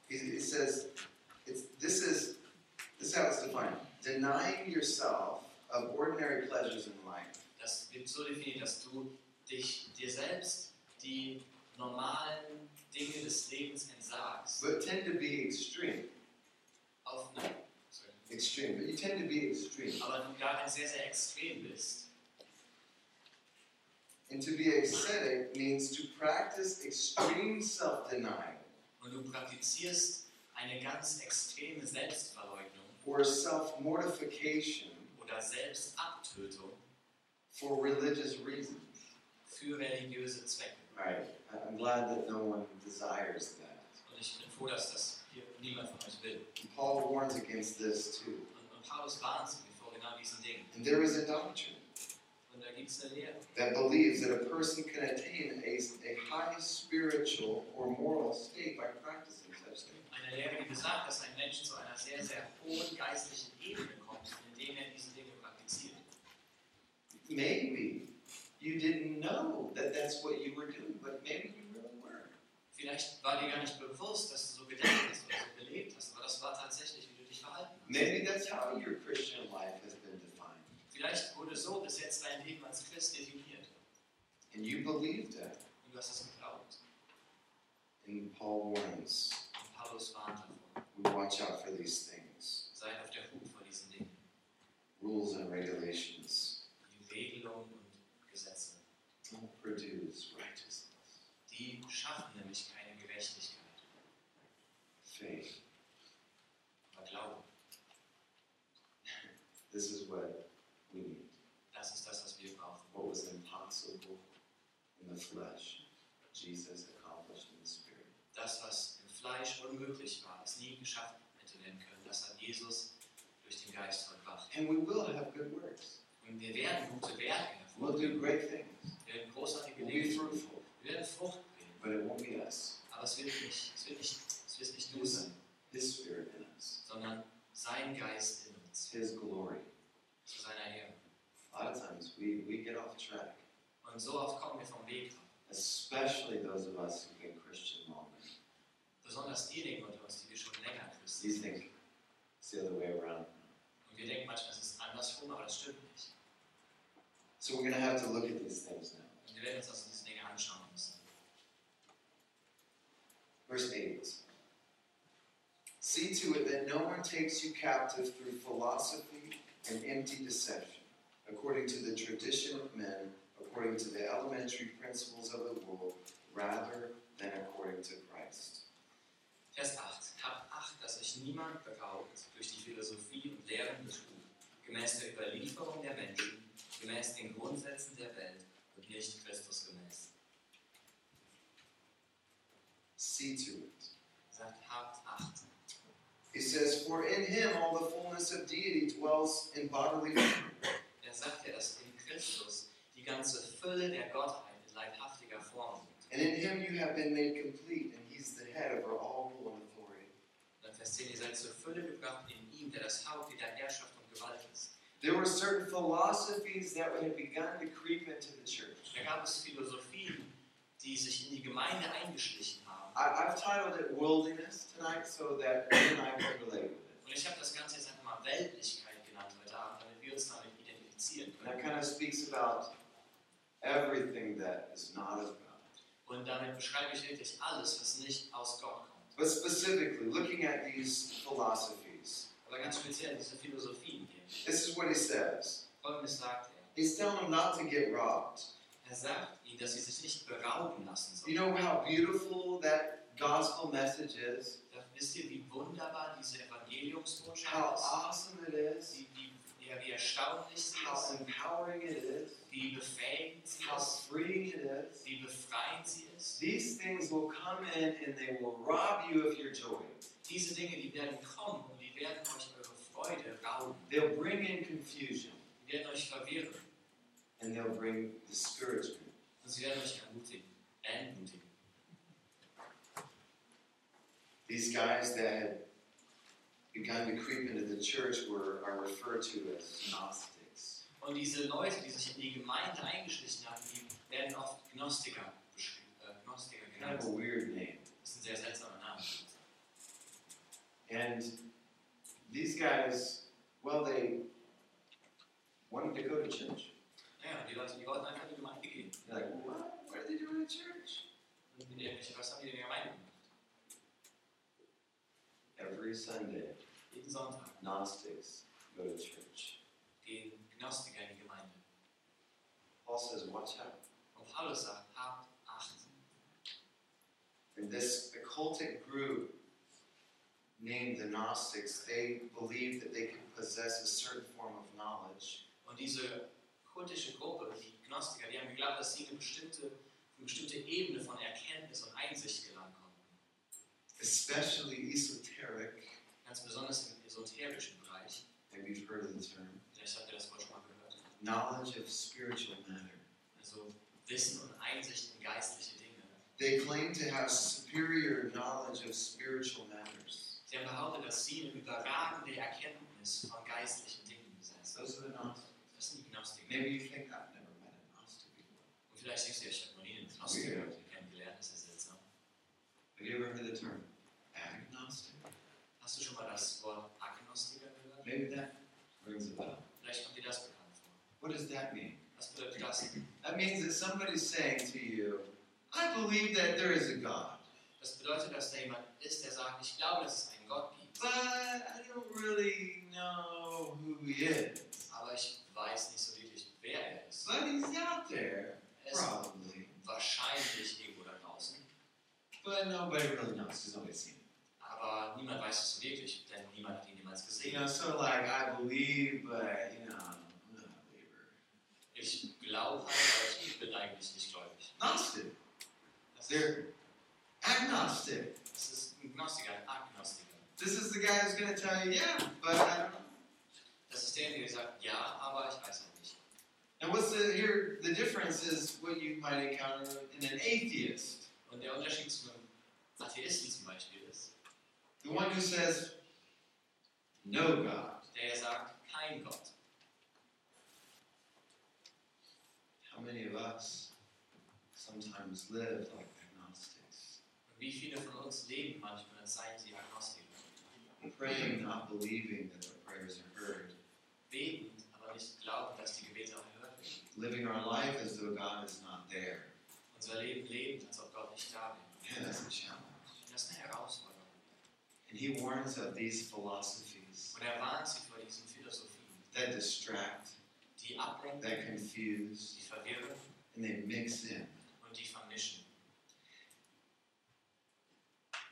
Speaker 2: he, he says, it's, this is, this is how it's defined. Denying yourself of ordinary pleasures in life.
Speaker 3: das wird so definiert, dass du dich dir selbst die normalen Dinge des Lebens entsagst.
Speaker 2: but tend to be extreme.
Speaker 3: Auf eine, sorry.
Speaker 2: Extreme, but you tend to be extreme.
Speaker 3: aber du darin sehr, sehr extrem bist.
Speaker 2: And to be ascetic means to practice extreme self denial
Speaker 3: Und du praktizierst eine ganz extreme Selbstverleugnung
Speaker 2: or self mortification
Speaker 3: oder Selbstabtötung
Speaker 2: for religious reasons.
Speaker 3: für religiöse Zwecke.
Speaker 2: Right. I- I'm glad that no one desires that.
Speaker 3: Und ich bin froh, dass das hier niemand von euch will.
Speaker 2: And Paul warns against this too.
Speaker 3: Und, und Paulus warnt sie vor genau diesen Dingen.
Speaker 2: And there is a doctrine
Speaker 3: Und da gibt es eine Lehre,
Speaker 2: that believes that a person can attain a, a high spiritual or moral state by practicing such things.
Speaker 3: eine Lehre, die besagt, dass ein Mensch zu einer sehr, sehr hohen geistlichen Ebene kommt, indem er diese Dinge praktiziert.
Speaker 2: Maybe you didn't know that that's what you were doing, but maybe you really were.
Speaker 3: Vielleicht war dir gar nicht bewusst, dass du so gedacht hast oder so gelebt hast, aber das war tatsächlich, wie du dich verhalten hast.
Speaker 2: Maybe that's how your Christian life has been defined.
Speaker 3: Vielleicht wurde so bis jetzt dein Leben als Christ definiert.
Speaker 2: And you believed that.
Speaker 3: Und du hast das geglaubt.
Speaker 2: And Paul warns
Speaker 3: Und Paulus warnt davor.
Speaker 2: we watch out for these things
Speaker 3: Sei auf der Hut vor diesen Dingen.
Speaker 2: rules and regulations
Speaker 3: Die Regelungen und Gesetze.
Speaker 2: don't produce righteousness,
Speaker 3: Die schaffen nämlich keine Gerechtigkeit.
Speaker 2: faith.
Speaker 3: Aber Glauben,
Speaker 2: This is what we need.
Speaker 3: das ist das, was wir brauchen.
Speaker 2: What was impossible in the flesh, Jesus accomplished in the spirit.
Speaker 3: Das, was im Fleisch unmöglich war, es nie geschafft hätte werden können, das hat Jesus durch den Geist vollbracht.
Speaker 2: And we will have good works.
Speaker 3: Und wir werden gute Werke
Speaker 2: We'll do
Speaker 3: hervorbringen.
Speaker 2: great things.
Speaker 3: Wir werden großartige
Speaker 2: We'll be
Speaker 3: Dinge tun.
Speaker 2: fruitful.
Speaker 3: Wir werden Frucht bringen.
Speaker 2: but it won't be us.
Speaker 3: Aber es wird nicht, es wird nicht, es wird nicht du
Speaker 2: His,
Speaker 3: sein,
Speaker 2: his spirit in us,
Speaker 3: sondern sein Geist in uns,
Speaker 2: His glory.
Speaker 3: zu seiner Ehre.
Speaker 2: A lot of times we, we get off track,
Speaker 3: Und so oft kommen wir vom Weg ab.
Speaker 2: especially those of us who've been Christian longer.
Speaker 3: Besonders diejenigen unter uns, die wir schon länger
Speaker 2: You
Speaker 3: Christen sind.
Speaker 2: think it's the other way around.
Speaker 3: Und wir denken manchmal, es ist andersrum, aber das stimmt nicht.
Speaker 2: So we're going to have to look at these things now.
Speaker 3: Und wir werden uns also diese Dinge anschauen müssen.
Speaker 2: Verse 8. See to it that no one takes you captive through philosophy and empty deception, according to the tradition of men, according to the elementary principles of the world, rather than according to Christ.
Speaker 3: Vers 8. Habt Acht, dass euch niemand beraubt durch die Philosophie und Lehren Betrug, gemäß der Überlieferung der Menschen, gemäß den Grundsätzen der Welt und nicht Christus gemäß.
Speaker 2: See to it.
Speaker 3: Sagt, habt Acht.
Speaker 2: He says, For in him all the fullness of deity dwells in bodily form.
Speaker 3: Er sagt ja, dass in Christus die ganze Fülle der Gottheit in leibhaftiger Form liegt.
Speaker 2: And in him you have been made complete, and he's the head over all rule and authority.
Speaker 3: Dann Vers 10, ihr seid zur Fülle gebracht in ihm, der das Haupt der Herrschaft und Gewalt ist.
Speaker 2: There were certain philosophies that had begun to creep into the church.
Speaker 3: Da gab es Philosophien, die sich in die Gemeinde eingeschlichen haben.
Speaker 2: I, I've titled it Wilderness tonight so that you and I can relate with it.
Speaker 3: Und ich habe das Ganze jetzt einfach mal Weltlichkeit genannt heute Abend, damit wir uns damit identifizieren
Speaker 2: And that
Speaker 3: können.
Speaker 2: kind of speaks about everything that is not of God.
Speaker 3: Und damit beschreibe ich wirklich alles, was nicht aus Gott kommt.
Speaker 2: But specifically, looking at these philosophies,
Speaker 3: Aber ganz speziell diese Philosophien hier.
Speaker 2: this is what he says.
Speaker 3: Folgendes sagt er.
Speaker 2: He's telling them not to get robbed.
Speaker 3: Er sagt ihnen, dass sie sich nicht berauben lassen sollen.
Speaker 2: You know how beautiful that gospel message is?
Speaker 3: Da wisst ihr, wie wunderbar diese Evangeliumsbotschaft
Speaker 2: How
Speaker 3: ist?
Speaker 2: awesome it is?
Speaker 3: Wie, wie, ja, wie erstaunlich sie
Speaker 2: How
Speaker 3: ist,
Speaker 2: empowering it is?
Speaker 3: wie befähigend sie
Speaker 2: How
Speaker 3: ist,
Speaker 2: freeing it is?
Speaker 3: wie befreiend sie ist.
Speaker 2: These things will come in and they will rob you of your joy.
Speaker 3: Diese Dinge, die werden kommen und die werden euch eure Freude rauben.
Speaker 2: They'll bring in confusion
Speaker 3: Die werden euch verwirren
Speaker 2: and they'll bring discouragement.
Speaker 3: und Also sie werden euch ermutigen. Entmutigen.
Speaker 2: These guys that had begun to creep into the church were are referred to as Gnostics.
Speaker 3: Und diese Leute, die sich in die Gemeinde eingeschlichen haben, die werden oft Gnostiker beschrieben. Äh, Gnostiker
Speaker 2: Kind
Speaker 3: genannt.
Speaker 2: of a weird name.
Speaker 3: Das ist ein sehr seltsamer Name.
Speaker 2: And these guys, well, they wanted to go to church.
Speaker 3: Naja, die Leute, die wollten einfach in die Gemeinde gehen.
Speaker 2: You're like, what? What are they doing in church?
Speaker 3: Und in irgendwelche- Was haben die in der Gemeinde gemacht?
Speaker 2: Every Sunday,
Speaker 3: Jeden Sonntag.
Speaker 2: Gnostics go to church.
Speaker 3: den Gnostiker in die Gemeinde.
Speaker 2: Paul says, watch out.
Speaker 3: Und Paulus sagt, habt Acht.
Speaker 2: And this occultic group named the Gnostics, they believed that they could possess a certain form of knowledge
Speaker 3: Und diese kultische Gruppe, die Gnostiker, die haben geglaubt, dass sie eine bestimmte, eine bestimmte Ebene von Erkenntnis und Einsicht gelangen konnten.
Speaker 2: especially esoteric.
Speaker 3: Ganz besonders im esoterischen Bereich.
Speaker 2: Maybe you've heard of the term.
Speaker 3: Vielleicht habt ihr das Wort schon mal gehört.
Speaker 2: Knowledge of spiritual matter.
Speaker 3: Also Wissen und Einsicht in geistliche Dinge.
Speaker 2: They claim to have superior knowledge of spiritual matters.
Speaker 3: Sie haben behauptet, dass sie eine überragende Erkenntnis von geistlichen Dingen besetzen.
Speaker 2: Those are the Gnostics.
Speaker 3: Das sind die Gnostiker.
Speaker 2: Maybe you think I've never met a Gnostic before.
Speaker 3: Und vielleicht denkst du, ja, ich habe noch nie einen Gnostiker kennengelernt, das ist ne? ja seltsam.
Speaker 2: Have you ever heard the term agnostic?
Speaker 3: Hast du schon mal das Wort Agnostiker gehört?
Speaker 2: Maybe that rings a bell.
Speaker 3: Vielleicht kommt dir das bekannt vor.
Speaker 2: What does that mean?
Speaker 3: Was bedeutet das?
Speaker 2: That means that somebody's saying to you, I believe that there is a God,
Speaker 3: Das bedeutet, dass da jemand ist, der sagt, ich glaube, dass es einen Gott gibt,
Speaker 2: but I don't really know who he is.
Speaker 3: aber ich weiß nicht so wirklich, wer er ist.
Speaker 2: But he's out there,
Speaker 3: Er ist
Speaker 2: probably.
Speaker 3: wahrscheinlich irgendwo da draußen,
Speaker 2: But nobody really knows because nobody's seen it.
Speaker 3: aber niemand weiß es so wirklich, denn niemand hat ihn jemals
Speaker 2: You
Speaker 3: gesehen.
Speaker 2: know, so like, I believe, but, you know, I'm not a believer.
Speaker 3: Ich glaube halt, aber ich bin eigentlich nicht gläubig.
Speaker 2: Gnostic.
Speaker 3: Das ist,
Speaker 2: They're agnostic.
Speaker 3: das ist ein Gnostiker, ein Agnostiker.
Speaker 2: This is the guy who's going to tell you, yeah, but I don't know.
Speaker 3: Das ist der, der sagt, ja, aber ich weiß es nicht.
Speaker 2: And what's the here the difference is what you might encounter in an atheist.
Speaker 3: Und der Unterschied zu einem Atheisten zum Beispiel ist,
Speaker 2: The one who says, no God.
Speaker 3: der ja sagt, kein Gott.
Speaker 2: How many of us sometimes live like agnostics,
Speaker 3: Und wie viele von uns leben manchmal, als seien sie Agnostiker.
Speaker 2: praying not believing that our prayers are heard,
Speaker 3: Betend, aber nicht glauben, dass die Gebete auch erhört werden.
Speaker 2: living our life as though God is not there?
Speaker 3: Unser Leben lebend, als ob Gott nicht da wäre.
Speaker 2: Man, that's a challenge.
Speaker 3: Und das ist eine Herausforderung.
Speaker 2: And he warns of these philosophies
Speaker 3: Und er warnt sie vor diesen Philosophien,
Speaker 2: that distract,
Speaker 3: die ablenken,
Speaker 2: that confuse,
Speaker 3: die verwirren
Speaker 2: and they mix in.
Speaker 3: und die vermischen.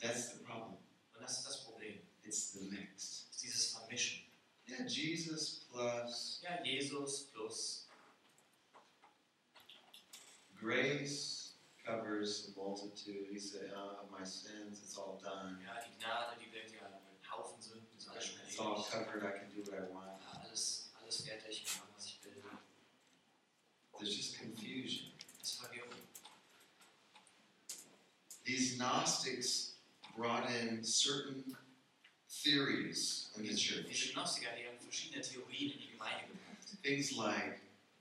Speaker 2: That's the problem.
Speaker 3: Und das ist das Problem,
Speaker 2: It's the mix.
Speaker 3: ist dieses Vermischen.
Speaker 2: Yeah, Jesus plus
Speaker 3: Ja, Jesus plus
Speaker 2: grace covers the multitude. He said, "Ah, my sins, it's all done.
Speaker 3: ja, die Gnade, die wirkt ja einen Haufen Sünden, ist alles schon
Speaker 2: It's all
Speaker 3: erledigt.
Speaker 2: covered. I can do what I want."
Speaker 3: Ja, alles, alles fertig, ich kann, was ich will.
Speaker 2: There's just confusion.
Speaker 3: Das ist Verwirrung.
Speaker 2: These Gnostics brought in certain theories in the
Speaker 3: Diese
Speaker 2: church.
Speaker 3: Gnostiker, die haben verschiedene Theorien in die Gemeinde gebracht.
Speaker 2: Things like,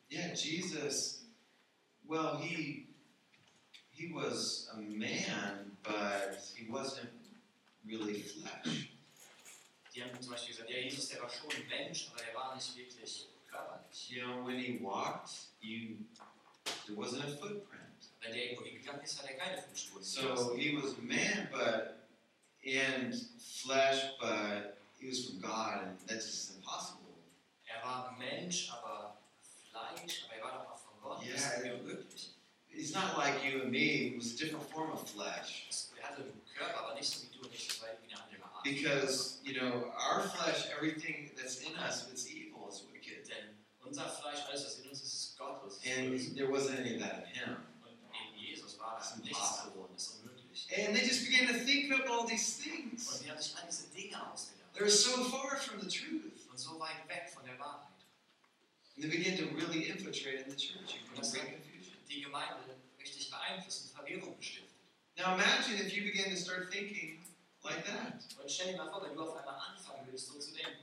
Speaker 2: yeah, Jesus, well, he he was a man, but he wasn't really flesh.
Speaker 3: Die haben zum Beispiel gesagt, ja, Jesus, der war schon ein Mensch, aber der war nicht wirklich körperlich.
Speaker 2: You know, when he walked, you there wasn't a footprint.
Speaker 3: Wenn der irgendwo hingegangen ist, hat er keine Fußspuren.
Speaker 2: So he was a man, but in flesh, but he was from God, and that's just impossible.
Speaker 3: Er war Mensch, aber Fleisch, aber er war doch auch von Gott.
Speaker 2: Ja,
Speaker 3: das ist
Speaker 2: ja.
Speaker 3: ja unmöglich.
Speaker 2: He's not like you and me, who's a different form of flesh.
Speaker 3: Das- Er hatte einen Körper, aber nicht so wie du und ich, das war irgendwie eine andere Art.
Speaker 2: Because, you know, our flesh, everything that's in us, it's evil, it's wicked.
Speaker 3: Denn unser Fleisch, alles was in uns ist, ist gottlos. ist
Speaker 2: And
Speaker 3: böse.
Speaker 2: there wasn't any of that in him.
Speaker 3: Und in Jesus war da
Speaker 2: Ist
Speaker 3: nichts
Speaker 2: impossible.
Speaker 3: davon, ist unmöglich.
Speaker 2: And they just began to think up all these
Speaker 3: Und
Speaker 2: things.
Speaker 3: die haben sich all diese Dinge ausgedacht.
Speaker 2: They were so far from the truth.
Speaker 3: Und so weit weg von der Wahrheit.
Speaker 2: And they began to really infiltrate in the church and bring confusion.
Speaker 3: Die Gemeinde richtig beeinflusst und Verwirrung gestiftet.
Speaker 2: Now imagine if you began to start thinking like that.
Speaker 3: Und stell dir mal vor, wenn du auf einmal anfangen würdest, so zu denken.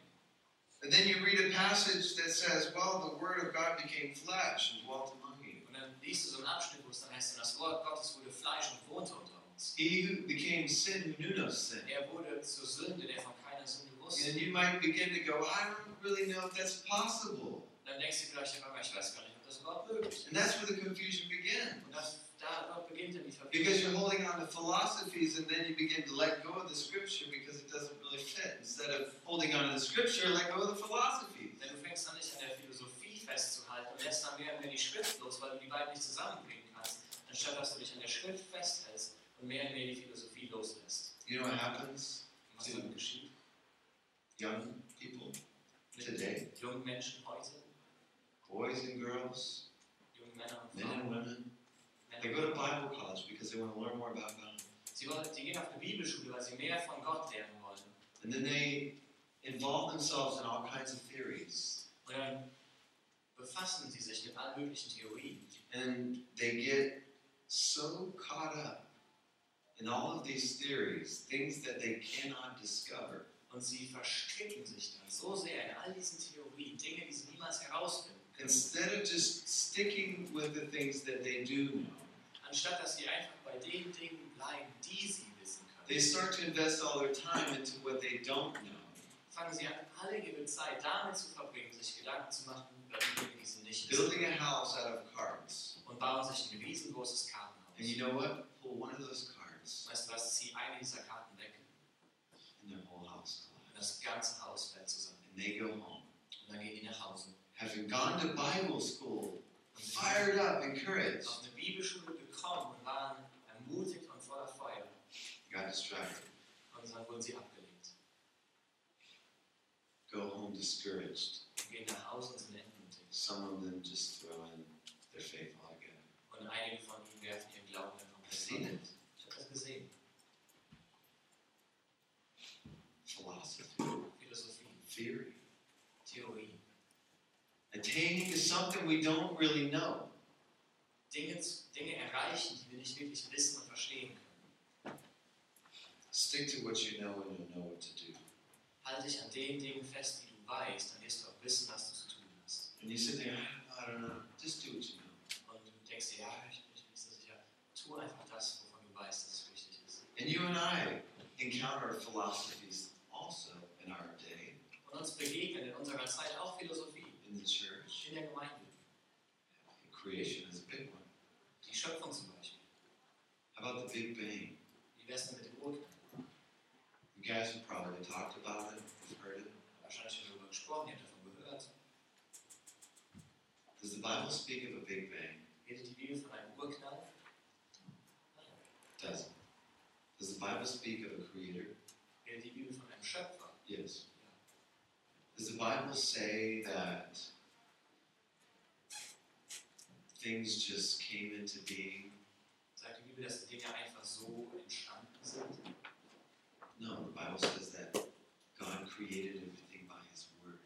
Speaker 2: And then you read a passage that says, Well, the Word of God became flesh and dwelt among you.
Speaker 3: Und dann liest du so einen Abschnitt, wo es dann heißt, und das Wort Gottes wurde Fleisch und wohnte unter uns.
Speaker 2: He who became sin who knew no sin.
Speaker 3: Er wurde zur Sünde, der von keiner Sünde
Speaker 2: And
Speaker 3: wusste.
Speaker 2: you might begin to go, I don't really know if that's possible.
Speaker 3: Dann denkst du vielleicht, ja, aber ich weiß gar nicht, ob das überhaupt möglich ist.
Speaker 2: And that's where the confusion begins.
Speaker 3: Und das, da dort beginnt dann die
Speaker 2: Because you're
Speaker 3: Verwirrung.
Speaker 2: holding on to philosophies and then you begin to let go of the scripture because it doesn't really fit. Instead of holding on to the scripture, let go of the philosophies.
Speaker 3: Denn du fängst an, dich an der Philosophie festzuhalten und lässt dann mehr und mehr die Schrift los, weil du die beiden nicht zusammenbringen kannst, anstatt dass du dich an der Schrift festhältst und mehr und mehr die Philosophie loslässt.
Speaker 2: You know what happens?
Speaker 3: Und was dann geschieht?
Speaker 2: Young people,
Speaker 3: Mit
Speaker 2: Today.
Speaker 3: jungen Menschen heute,
Speaker 2: boys and girls,
Speaker 3: jungen Männern und
Speaker 2: men
Speaker 3: Frauen,
Speaker 2: and women, they
Speaker 3: Männer.
Speaker 2: go to Bible college because they want to learn more about God.
Speaker 3: Sie wollen, die gehen auf eine Bibelschule, weil sie mehr von Gott lernen wollen.
Speaker 2: And then they involve themselves in all kinds of theories.
Speaker 3: Und dann befassen sie sich mit allen möglichen Theorien.
Speaker 2: And they get so caught up in all of these theories, things that they cannot discover,
Speaker 3: Und sie verstricken sich dann so sehr in all diesen Theorien, Dinge, die sie niemals herausfinden.
Speaker 2: instead of just sticking with the things that they do know.
Speaker 3: Anstatt dass sie einfach bei den Dingen bleiben, die sie wissen
Speaker 2: They
Speaker 3: können,
Speaker 2: start to invest all their time into what they don't know.
Speaker 3: fangen sie an, alle ihre Zeit damit zu verbringen, sich Gedanken zu machen über die Dinge, die sie nicht
Speaker 2: Building
Speaker 3: wissen.
Speaker 2: a house out of cards.
Speaker 3: Und bauen sich ein riesengroßes
Speaker 2: And
Speaker 3: Kartenhaus.
Speaker 2: you know what? Pull one of those cards,
Speaker 3: Weißt du was, zieh eine dieser Karten weg
Speaker 2: and their whole house
Speaker 3: und
Speaker 2: collapses.
Speaker 3: das ganze Haus fällt zusammen.
Speaker 2: And they go home,
Speaker 3: Und dann gehen die nach Hause.
Speaker 2: having gone to Bible school,
Speaker 3: Und sie sind
Speaker 2: fired up, encouraged.
Speaker 3: auf eine Bibelschule gekommen und waren ermutigt und voller Feuer.
Speaker 2: Got distracted.
Speaker 3: Und dann wurden sie abgelehnt.
Speaker 2: Go home discouraged.
Speaker 3: Und gehen nach Hause und sind entmutigt.
Speaker 2: Some of them just throw in their faith altogether.
Speaker 3: Und einige von ihnen werfen ihren Glauben dann
Speaker 2: I've seen
Speaker 3: komplett
Speaker 2: it.
Speaker 3: ab. Ich habe das gesehen.
Speaker 2: Philosophy,
Speaker 3: Philosophie,
Speaker 2: theory.
Speaker 3: Theorie.
Speaker 2: Attaining to something we don't really know.
Speaker 3: Dinge, Dinge erreichen, die wir nicht wirklich wissen und verstehen können.
Speaker 2: Stick to what you know and you'll know what to do.
Speaker 3: Halte dich an den Dingen fest, die du weißt, dann wirst du auch wissen, was du zu tun hast.
Speaker 2: And you sit there, I don't know, just do what you know.
Speaker 3: Und du denkst dir, ja, ich bin nicht so sicher. Tu einfach das, wovon du weißt, dass es wichtig ist.
Speaker 2: And you and I encounter philosophies also in our day,
Speaker 3: Und uns begegnen in unserer Zeit auch Philosophie
Speaker 2: in the church.
Speaker 3: in der Gemeinde.
Speaker 2: Creation is a big one.
Speaker 3: Die Schöpfung zum Beispiel.
Speaker 2: How about the Big Bang?
Speaker 3: Wie wär's denn mit dem Urknall?
Speaker 2: You guys have probably talked about it, you've heard it.
Speaker 3: Wahrscheinlich schon darüber gesprochen, ihr habt davon gehört.
Speaker 2: Does the Bible speak of a Big Bang?
Speaker 3: Redet die Bibel von einem Urknall? Nein.
Speaker 2: It doesn't. Does the Bible speak of a creator?
Speaker 3: Redet die Bibel von einem Schöpfer?
Speaker 2: Yes. Does the Bible say that things just came into being?
Speaker 3: Sagt die Bibel, dass die Dinge einfach so entstanden sind?
Speaker 2: No, the Bible says that God created everything by His Word,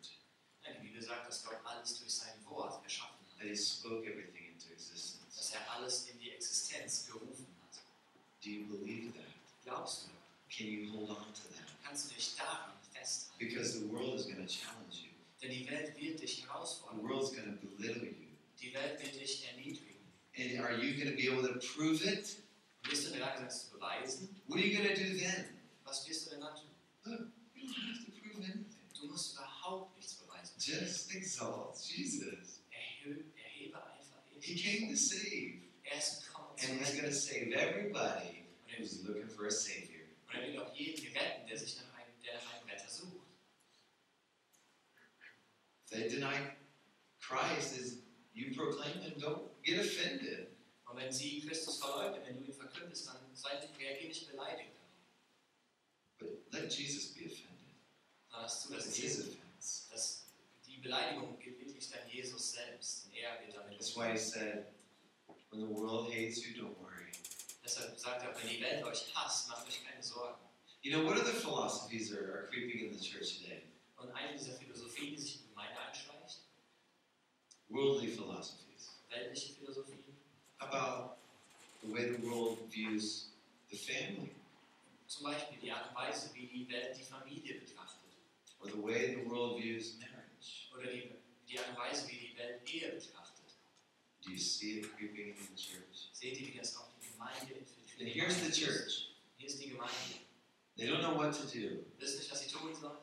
Speaker 3: Nein, die Bibel sagt, dass Gott alles durch sein Wort erschaffen hat.
Speaker 2: that He spoke everything into existence.
Speaker 3: dass er alles in die Existenz gerufen hat.
Speaker 2: Do you believe that?
Speaker 3: Glaubst du daran?
Speaker 2: Can you hold on to that?
Speaker 3: Kannst du dich daran festhalten?
Speaker 2: Because the world is going to challenge you,
Speaker 3: Denn die Welt wird dich
Speaker 2: the
Speaker 3: herausfordern.
Speaker 2: world's going to belittle you.
Speaker 3: Die Welt wird dich erniedrigen.
Speaker 2: And are you going to be able to prove it?
Speaker 3: Und Wirst du in der Lage sein, es zu beweisen?
Speaker 2: What are you going to do then?
Speaker 3: Was wirst du denn dann tun?
Speaker 2: You don't have to prove anything.
Speaker 3: Du musst überhaupt nichts beweisen.
Speaker 2: Just exalt Jesus.
Speaker 3: Erhöhe, erhebe einfach
Speaker 2: He
Speaker 3: ihn.
Speaker 2: came to save.
Speaker 3: Er ist gekommen, um zu
Speaker 2: And he's
Speaker 3: retten.
Speaker 2: going to save everybody
Speaker 3: Und er,
Speaker 2: who's looking for a Savior.
Speaker 3: und er will auch jeden retten, der sich nach einem, der nach einem Retter sucht.
Speaker 2: If they deny Christ, as you proclaim him, don't get offended.
Speaker 3: Und wenn sie Christus verleugnen, wenn du ihn verkündest, dann sei nicht, reagier eh nicht beleidigt darauf.
Speaker 2: But let Jesus be offended.
Speaker 3: Sondern lass zu, dass
Speaker 2: That's
Speaker 3: Jesus
Speaker 2: his offense.
Speaker 3: dass die Beleidigung gilt wirklich dann Jesus selbst und er wird damit
Speaker 2: That's why
Speaker 3: umgehen.
Speaker 2: he said, When the world hates you, don't worry.
Speaker 3: Deshalb sagt er, wenn die Welt euch hasst, macht euch keine Sorgen.
Speaker 2: You know, what other philosophies are, are creeping in the church today?
Speaker 3: Und eine dieser Philosophien, die sich in die Gemeinde einschleicht,
Speaker 2: Worldly philosophies.
Speaker 3: weltliche Philosophien,
Speaker 2: How about the way the world views the family,
Speaker 3: zum Beispiel die Art und Weise, wie die Welt die Familie betrachtet
Speaker 2: or the way the world views marriage?
Speaker 3: oder die, die Art und Weise, wie die Welt Ehe betrachtet.
Speaker 2: Do you see it creeping in the church?
Speaker 3: Seht ihr, wie das auch die Gemeinde
Speaker 2: And
Speaker 3: infiltriert?
Speaker 2: here's the church.
Speaker 3: Hier ist die Gemeinde.
Speaker 2: They don't know what to do.
Speaker 3: Wisst nicht, was sie tun sollen?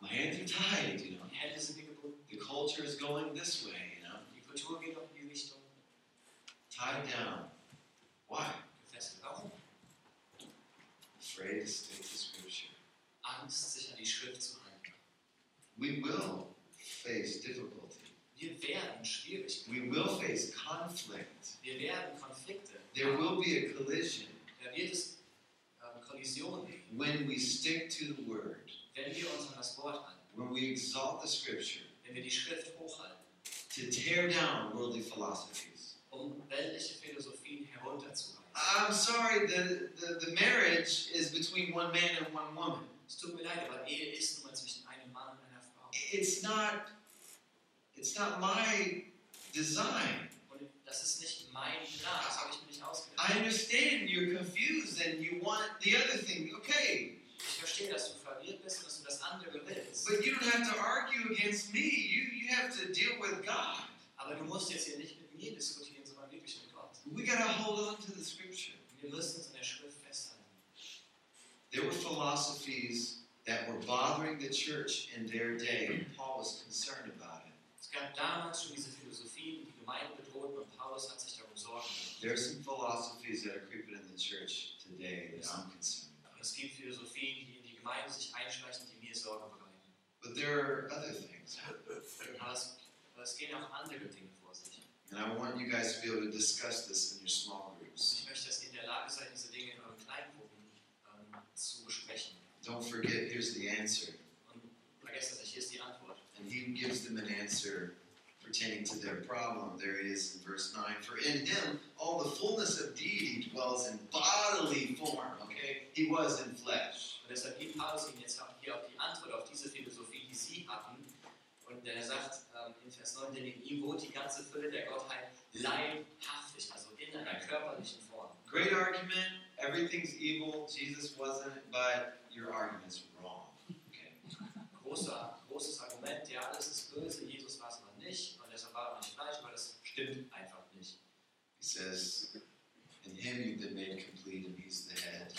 Speaker 2: My hands are tied, you know.
Speaker 3: Die Hände sind mir gebunden,
Speaker 2: The culture is going this way, you know.
Speaker 3: die Kultur geht auch in die Richtung
Speaker 2: Tied down. Why?
Speaker 3: gefesselt. Warum?
Speaker 2: Afraid to stick to scripture.
Speaker 3: Angst, sich an die Schrift zu halten.
Speaker 2: We will face difficulty.
Speaker 3: Wir werden Schwierigkeiten.
Speaker 2: We will face conflict.
Speaker 3: Wir werden Konflikte.
Speaker 2: There will be a collision
Speaker 3: Da wird es ähm, Kollisionen geben,
Speaker 2: when we stick to the word,
Speaker 3: wenn wir uns an das Wort halten,
Speaker 2: when we exalt the scripture
Speaker 3: wenn wir die Schrift hochhalten,
Speaker 2: to tear down worldly philosophies.
Speaker 3: um weltliche Philosophien herunterzureißen.
Speaker 2: I'm sorry, the, the, the marriage is between one man and one woman.
Speaker 3: Es tut mir leid, aber Ehe ist nun mal zwischen einem Mann und einer Frau.
Speaker 2: It's not, it's not my design.
Speaker 3: Und das ist nicht mein Plan, das habe ich mir nicht
Speaker 2: I
Speaker 3: ausgedacht.
Speaker 2: understand you're confused and you want the other thing. Okay,
Speaker 3: Ich verstehe, dass du verwirrt bist und dass du das andere willst.
Speaker 2: but you don't have to argue against me. You you have to deal with God.
Speaker 3: Aber du musst jetzt hier nicht mit mir diskutieren, sondern wirklich mit Gott.
Speaker 2: We gotta hold on to the scripture.
Speaker 3: Wir müssen uns an der Schrift festhalten.
Speaker 2: There were philosophies that were bothering the church in their day, and Paul was concerned about it.
Speaker 3: Es gab damals schon diese Philosophien, die die Gemeinde bedrohten und Paulus hat sich darum Sorgen gemacht.
Speaker 2: There are some philosophies that are creeping in the church today that I'm concerned about.
Speaker 3: Und es gibt Philosophien, die in die Gemeinde sich einschleichen, die mir Sorgen bereiten.
Speaker 2: But there are other things.
Speaker 3: Aber es, aber es gehen auch andere Dinge vor sich.
Speaker 2: And I want you guys to be able to discuss this in your small groups.
Speaker 3: Ich möchte, dass ihr in der Lage seid, diese Dinge in euren Kleingruppen ähm, zu besprechen.
Speaker 2: Don't forget, here's the answer.
Speaker 3: Und vergesst das nicht, hier ist die Antwort.
Speaker 2: And he gives them an answer pertaining to their problem. There it is in verse 9. For in him all the fullness of deity dwells in bodily form. Okay? He was in flesh.
Speaker 3: Und deshalb gibt Paulus ihnen jetzt auch hier auch die Antwort auf diese Philosophie, die sie hatten. Und er sagt ähm, in Vers 9, denn in ihm wohnt die ganze Fülle der Gottheit leibhaft.
Speaker 2: Great argument. Everything's evil. Jesus wasn't, but your argument's wrong. Okay.
Speaker 3: Großer, großes Argument, ja, alles ist böse, Jesus war es aber nicht und deshalb war er auch nicht falsch, aber das stimmt einfach nicht.
Speaker 2: He says, In him you've been made complete, and he's the head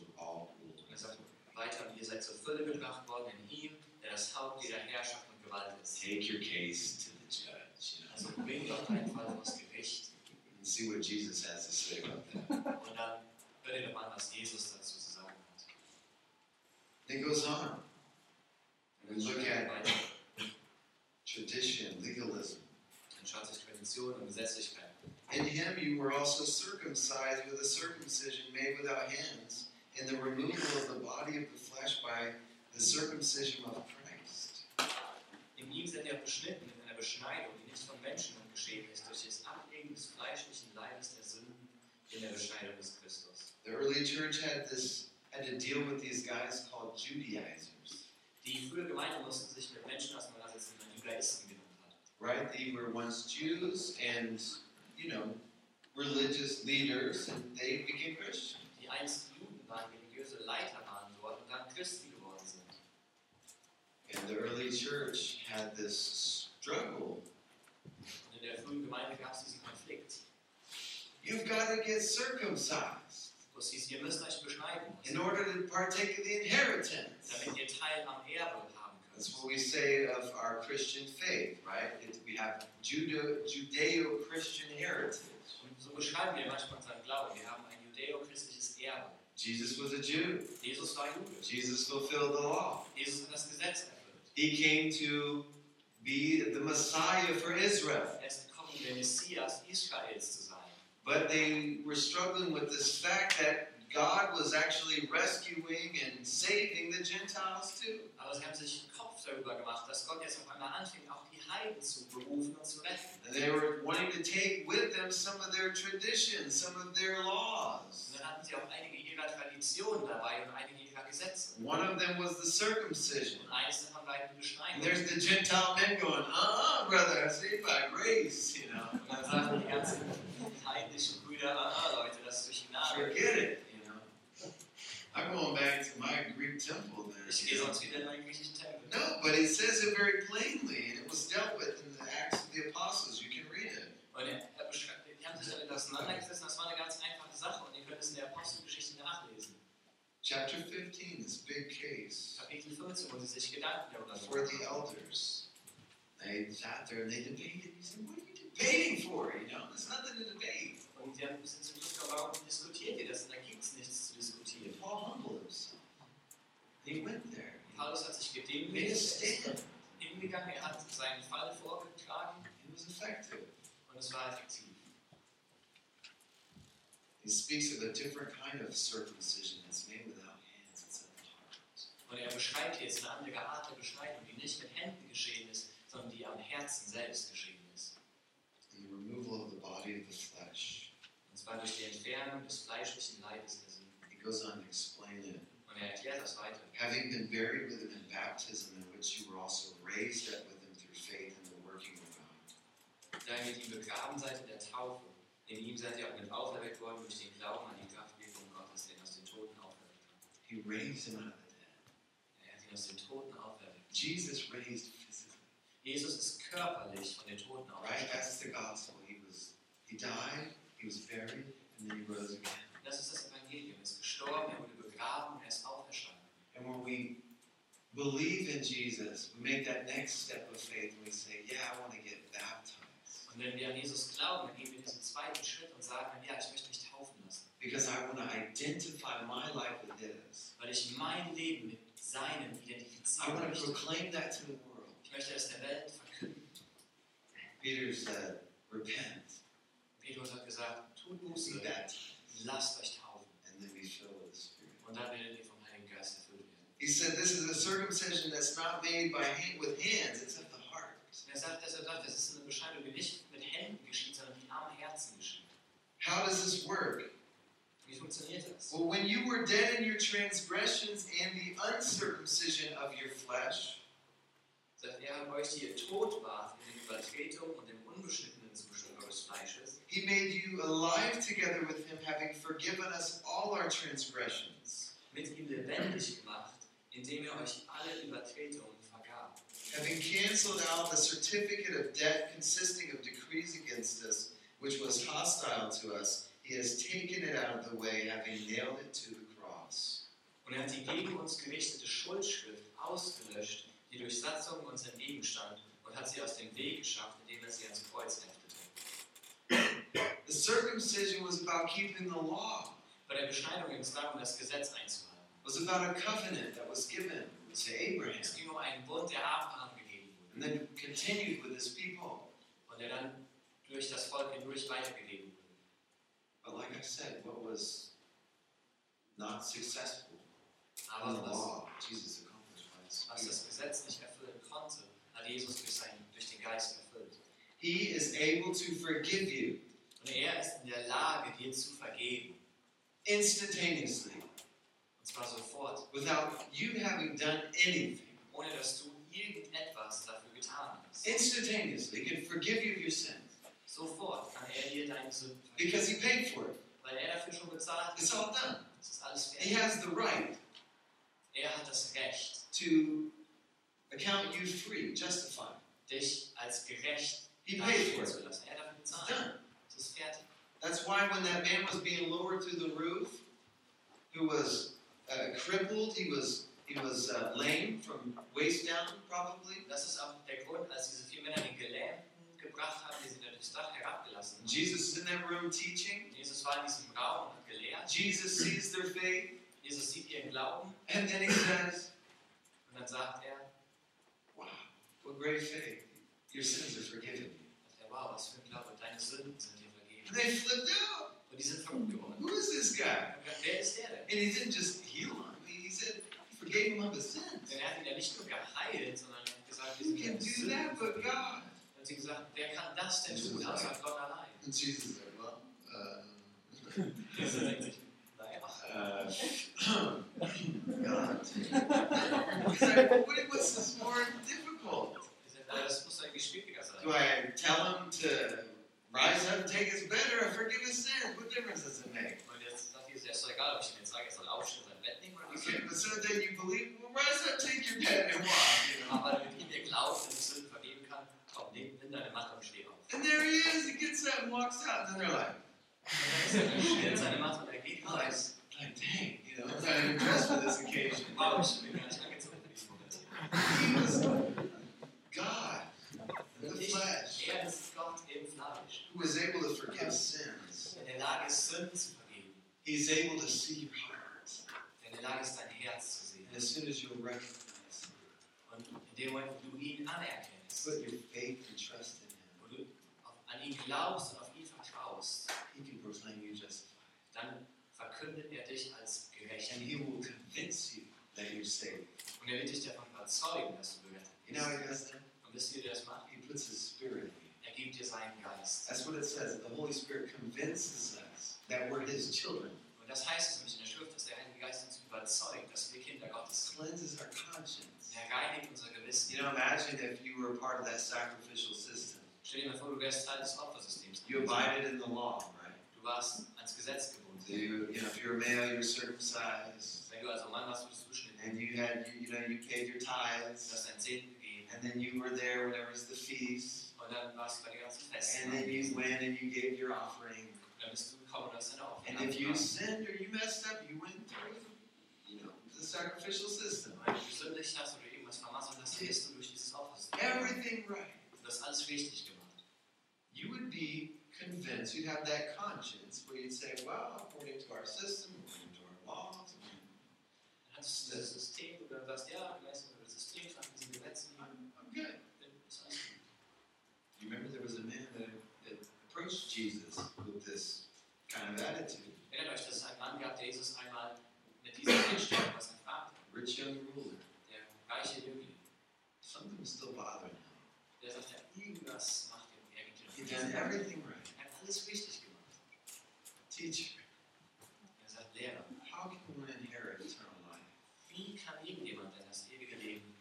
Speaker 2: of all rule
Speaker 3: Und er sagt weiter, und ihr seid zur Fülle gebracht worden in ihm, der das Haupt jeder Herrschaft und Gewalt ist.
Speaker 2: Take your case to the judge you know,
Speaker 3: Also bring doch deinen Fall vors Gericht
Speaker 2: and see what Jesus has to say about that.
Speaker 3: und dann hör dir doch mal, an, was Jesus dazu zu sagen hat.
Speaker 2: It goes on.
Speaker 3: Und
Speaker 2: We look
Speaker 3: dann
Speaker 2: at
Speaker 3: weiter.
Speaker 2: tradition, legalism.
Speaker 3: Dann schaut sich Tradition und Gesetzlichkeit an.
Speaker 2: In him you were also circumcised with a circumcision made without hands, in the removal of the body of the flesh by the circumcision of Christ.
Speaker 3: In ihm seid ihr auch beschnitten mit einer Beschneidung, die nicht von Menschenhand geschehen ist, durch das Ablegen des fleischlichen Leibes der Sünden in der Beschneidung des Christus.
Speaker 2: The early church had this had to deal with these guys called Judaizers,
Speaker 3: Die frühe Gemeinde musste sich mit Menschen auseinandersetzen, die man Judaisten genannt hat.
Speaker 2: right? They were once Jews and you know religious leaders, and they became Christian.
Speaker 3: Die einst Juden waren, religiöse Leiter waren dort und dann Christen geworden sind.
Speaker 2: And the early church had this struggle
Speaker 3: Und in der frühen Gemeinde gab es diesen Konflikt,
Speaker 2: You've got to get circumcised
Speaker 3: wo es hieß, ihr müsst euch beschneiden,
Speaker 2: in
Speaker 3: lassen,
Speaker 2: order to partake of the inheritance.
Speaker 3: damit ihr Teil am Erbe haben
Speaker 2: That's
Speaker 3: könnt.
Speaker 2: what we say of our Christian faith, right? It, we have Judo, Judeo-Christian heritage.
Speaker 3: Und so beschreiben wir manchmal unseren Glauben. Wir haben ein judeo-christliches Erbe.
Speaker 2: Jesus was a Jew.
Speaker 3: Jesus war Jude.
Speaker 2: Jesus fulfilled the law.
Speaker 3: Jesus hat das Gesetz erfüllt.
Speaker 2: He came to be the Messiah for Israel.
Speaker 3: Er ist gekommen, der Messias Israels zu sein.
Speaker 2: But they were struggling with this fact that God was actually rescuing and saving the Gentiles too.
Speaker 3: Aber sie haben sich den Kopf darüber gemacht, dass Gott jetzt auf einmal anfing, auch die Heiden zu berufen und zu retten.
Speaker 2: And they were wanting to take with them some of their traditions, some of their
Speaker 3: Und
Speaker 2: laws.
Speaker 3: dann hatten sie auch einige ihrer Traditionen dabei und einige ihrer Gesetze.
Speaker 2: One of them was the circumcision.
Speaker 3: Und eines davon war die
Speaker 2: And
Speaker 3: Beschneidung.
Speaker 2: there's the Gentile men going, uh-uh, brother, I saved by grace, you know.
Speaker 3: Und dann sagten die ganzen heidnischen Brüder, ah, Leute, das ist durch die Gnade.
Speaker 2: Forget it, you know. I'm going back to my Greek temple there.
Speaker 3: Ich
Speaker 2: you
Speaker 3: gehe
Speaker 2: know.
Speaker 3: sonst wieder in meinen griechischen Tempel.
Speaker 2: No, but it says it very plainly, and it was dealt with in the Acts of the Apostles. You can read it.
Speaker 3: Und er, er beschreibt, die haben sich damit auseinandergesetzt, und das war eine ganz einfache Sache. Und ihr könnt es in der Apostelgeschichte nachlesen.
Speaker 2: Chapter 15, this big case.
Speaker 3: Kapitel 14, wo sie sich Gedanken darüber
Speaker 2: for the elders. They sat there and they debated. He said, What are you debating for? You know, there's nothing to debate.
Speaker 3: Und die haben ein bisschen zum Glück, aber warum diskutiert ihr das? Und da gibt es nichts zu diskutieren.
Speaker 2: Paul humbled himself. He went there.
Speaker 3: Paulus hat sich
Speaker 2: He made a
Speaker 3: gedemütigt, er
Speaker 2: stand.
Speaker 3: ist hingegangen, er hat seinen Fall vorgetragen
Speaker 2: It was effective.
Speaker 3: und es war halt effektiv.
Speaker 2: He speaks of a different kind of circumcision that's made without hands. It's at the heart.
Speaker 3: Und er beschreibt jetzt eine andere Art der Beschneidung, die nicht mit Händen geschehen ist, sondern die am Herzen selbst geschehen ist.
Speaker 2: And the removal of the body of the flesh.
Speaker 3: Und zwar durch die Entfernung des fleischlichen Leibes der Sünden.
Speaker 2: He goes on to explain it.
Speaker 3: Und er erklärt das weiter.
Speaker 2: Having been buried with him in baptism, in which you were also raised up with him through faith in the working of God.
Speaker 3: Da ihr mit ihm begraben seid in der Taufe, in ihm seid ihr auch mit auferweckt worden durch den Glauben an die Kraftwirkung Gottes, den aus den Toten auferweckt hat.
Speaker 2: He raised him out of the dead.
Speaker 3: Er hat ihn aus den Toten auferweckt.
Speaker 2: Jesus raised physically,
Speaker 3: Jesus ist körperlich von den Toten
Speaker 2: right?
Speaker 3: auferstanden.
Speaker 2: That's the gospel. He was, he died, he was buried, and then he rose again.
Speaker 3: Das ist das Evangelium. Er ist gestorben, er wurde begraben, er ist auferstanden.
Speaker 2: And when we believe in Jesus, we make that next step of faith and we say, yeah, I want to get baptized
Speaker 3: Und wenn wir an Jesus glauben, dann gehen wir diesen zweiten Schritt und sagen, ja, ich möchte mich taufen lassen,
Speaker 2: because I want to identify my life with his.
Speaker 3: weil ich mein Leben mit seinem
Speaker 2: I
Speaker 3: identifizieren
Speaker 2: want to
Speaker 3: möchte.
Speaker 2: proclaim that to the world.
Speaker 3: Ich möchte es der Welt verkünden.
Speaker 2: Peter said, repent,
Speaker 3: Petrus hat gesagt, tut
Speaker 2: be
Speaker 3: Buße,
Speaker 2: baptized,
Speaker 3: lasst euch taufen.
Speaker 2: and then be filled with the Spirit.
Speaker 3: Und dann werdet ihr vom Heiligen Geist erfüllt werden.
Speaker 2: He said, this is a circumcision that's not made by hand, with hands, it's of the heart.
Speaker 3: Und er sagt, dass er sagt, das ist eine Bescheidung, die nicht mit Händen geschieht, sondern die am Herzen geschieht.
Speaker 2: How does this work?
Speaker 3: Wie funktioniert das?
Speaker 2: Well, when you were dead in your transgressions and the uncircumcision of your flesh,
Speaker 3: Seit er euch hier tot ward in den Übertretungen und dem unbeschnittenen Zustand eures Fleisches,
Speaker 2: he He made you alive together with Him, having forgiven us all our transgressions,
Speaker 3: mit ihm lebendig gemacht, indem er euch alle Übertretungen vergab,
Speaker 2: having canceled out the certificate of debt consisting of decrees against us, which was hostile to us. He has taken it out of the way, having nailed it to the cross.
Speaker 3: und er hat die gegen uns gerichtete Schuldschrift ausgelöscht, die durch Satzung uns entgegenstand, und hat sie aus dem Weg geschafft, indem er sie ans Kreuz heftete.
Speaker 2: The circumcision was about keeping the law.
Speaker 3: Bei der Beschneidung ging es darum, das Gesetz einzuhalten.
Speaker 2: was about a covenant that was given to Abraham
Speaker 3: Es ging um einen Bund, der Abraham gegeben wurde
Speaker 2: and then continued with his people.
Speaker 3: und der dann durch das Volk hindurch weitergegeben wurde.
Speaker 2: But like I said, what was not successful in the
Speaker 3: Aber was,
Speaker 2: law, Jesus accomplished by his
Speaker 3: was
Speaker 2: Spirit.
Speaker 3: das Gesetz nicht erfüllen konnte, hat Jesus durch, seinen, durch den Geist erfüllt.
Speaker 2: He is able to forgive you
Speaker 3: Und er ist in der Lage, dir zu vergeben.
Speaker 2: instantaneously
Speaker 3: Und zwar sofort,
Speaker 2: without you having done anything.
Speaker 3: ohne dass du irgendetwas dafür getan hast.
Speaker 2: Instantaneously, he can forgive you of your sins
Speaker 3: Sofort kann er dir deine Sünden
Speaker 2: because
Speaker 3: vergeben,
Speaker 2: he paid for it.
Speaker 3: weil er dafür schon bezahlt hat.
Speaker 2: It's all done.
Speaker 3: Es ist alles
Speaker 2: He
Speaker 3: fertig.
Speaker 2: has the right
Speaker 3: Er hat das Recht,
Speaker 2: to account you free, justified.
Speaker 3: dich als gerecht
Speaker 2: He paid for
Speaker 3: dastehen
Speaker 2: it.
Speaker 3: zu lassen. Er hat dafür
Speaker 2: It's
Speaker 3: bezahlt.
Speaker 2: done.
Speaker 3: Es ist fertig.
Speaker 2: That's why when that man was being lowered through the roof, who was uh, crippled, he was he was uh, lame from waist down probably.
Speaker 3: Das ist auch der Grund, als diese vier Männer den Gelähmten gebracht haben, die sie dann durchs Dach herabgelassen haben.
Speaker 2: Jesus is in that room teaching.
Speaker 3: Jesus war in diesem Raum und hat gelehrt.
Speaker 2: Jesus sees their faith,
Speaker 3: Jesus sieht ihren Glauben
Speaker 2: and then he says,
Speaker 3: und dann sagt er,
Speaker 2: "Wow, what great faith! Your sins are forgiven."
Speaker 3: sagt er wow, was für ein Glaube, deine Sünden sind dir
Speaker 2: And
Speaker 3: vergeben.
Speaker 2: they flipped out.
Speaker 3: Und die sind verrückt geworden.
Speaker 2: Who is this guy?
Speaker 3: Wer ist der denn?
Speaker 2: And he didn't just heal him. He said, "He forgave him of his sins."
Speaker 3: Denn er hat ihn ja nicht nur geheilt, sondern er hat gesagt,
Speaker 2: Who
Speaker 3: diese
Speaker 2: can
Speaker 3: Kinder
Speaker 2: do
Speaker 3: sind.
Speaker 2: that but God?
Speaker 3: Und sie gesagt, wer kann das denn tun, außer Gott allein?
Speaker 2: And Jesus is like, "Well." Uh,
Speaker 3: Jesus denkt sich, naja,
Speaker 2: Uh, God. It's like, what, what's this more difficult?
Speaker 3: Er sagt, "Na, das muss doch irgendwie schwieriger sein.
Speaker 2: Do I tell him to rise up and take his bed or I forgive his sins? What difference does it make?
Speaker 3: Und jetzt sagt Jesus, ja, ist doch egal, ob ich ihm jetzt sage, er soll aufstehen und sein Bett nehmen oder was.
Speaker 2: Okay, but so then you believe, well, rise up, take your bed and walk, you know.
Speaker 3: Aber damit ihm der Glauben dass ich Sünden vergeben kann, komm, nimm, nimm deine Macht und steh auf.
Speaker 2: And there he is, he gets up and walks out, and then they're like,
Speaker 3: Nimm seine Macht und er geht
Speaker 2: oh,
Speaker 3: raus.
Speaker 2: it's like, dang, you know, I'm not even dressed for this occasion.
Speaker 3: Wow, ich bin gar nicht angezogen für diesen Moment.
Speaker 2: He was God in the
Speaker 3: Und ich,
Speaker 2: flesh,
Speaker 3: er ist Gott im Fleisch.
Speaker 2: who was able to forgive sins.
Speaker 3: der In der Lage ist, Sünden zu vergeben.
Speaker 2: He's able to see your heart.
Speaker 3: Der In der Lage ist, dein Herz zu sehen.
Speaker 2: And as soon as you'll recognize
Speaker 3: Und in dem Moment, wo du ihn anerkennst,
Speaker 2: put your faith and trust in him,
Speaker 3: wo du auf, an ihn glaubst und auf ihn vertraust,
Speaker 2: he can proclaim you justified.
Speaker 3: dann verkündet er dich als gerecht.
Speaker 2: And he will convince you that you're saved.
Speaker 3: Und er wird dich davon überzeugen, dass du gerettet
Speaker 2: You know
Speaker 3: bist.
Speaker 2: how he does that?
Speaker 3: Und wisst ihr, wie er das macht?
Speaker 2: He puts his spirit in you.
Speaker 3: Er gibt dir seinen Geist.
Speaker 2: That's what it says. The Holy Spirit convinces us that we're his children,
Speaker 3: Und das heißt es nämlich in der Schrift, dass der Heilige Geist uns überzeugt, dass wir Kinder Gottes sind.
Speaker 2: cleanses our conscience.
Speaker 3: Er reinigt unser Gewissen.
Speaker 2: You know, imagine if you were a part of that sacrificial system.
Speaker 3: Stell dir mal vor, du wärst Teil des Opfersystems.
Speaker 2: You abided in the law, right?
Speaker 3: Du warst ans Gesetz
Speaker 2: So
Speaker 3: gebunden.
Speaker 2: you, you know, if you're a male, you're circumcised,
Speaker 3: Wenn du also Mann warst, wurdest du beschnitten.
Speaker 2: and you had, you, you know, you paid your
Speaker 3: Du
Speaker 2: tithes.
Speaker 3: hast deinen Zehnten gegeben.
Speaker 2: And then you were there whenever it's the feast.
Speaker 3: Und dann warst du bei den ganzen
Speaker 2: And
Speaker 3: Festen.
Speaker 2: then you
Speaker 3: anwesend.
Speaker 2: went and you gave your offering.
Speaker 3: Dann bist du gekommen und hast deine
Speaker 2: And
Speaker 3: Aufgabe
Speaker 2: if you
Speaker 3: gemacht.
Speaker 2: sinned or you messed up, you went through, you know, the sacrificial system.
Speaker 3: Und Wenn du gesündigt hast oder also irgendwas vermasselt hast, dann bist du durch dieses Opfersystem.
Speaker 2: Everything right.
Speaker 3: Du hast alles richtig gemacht.
Speaker 2: You would be convinced, you'd have that conscience where you'd say, well, according to our system, according to our laws,
Speaker 3: Dann hattest du dieses System, wo du dann sagst, ja, gemäß unserem System, nach diesen Gesetzen,
Speaker 2: I'm, I'm good.
Speaker 3: dann ist alles gut.
Speaker 2: You remember there was a man that, that approached Jesus with this kind of attitude.
Speaker 3: Erinnert euch, dass es einen Mann gab, der Jesus einmal mit dieser Einstellung was gefragt hat.
Speaker 2: Rich young ruler.
Speaker 3: Der reiche Jüngling.
Speaker 2: Something was still bothering him.
Speaker 3: Der sagt, ja, irgendwas macht er. Er gibt dir
Speaker 2: He'd
Speaker 3: noch
Speaker 2: done
Speaker 3: nichts.
Speaker 2: everything right.
Speaker 3: Er hat alles richtig gemacht.
Speaker 2: Teacher.
Speaker 3: Er sagt, Lehrer,
Speaker 2: How can one inherit eternal life?
Speaker 3: wie kann irgendjemand denn das ewige Leben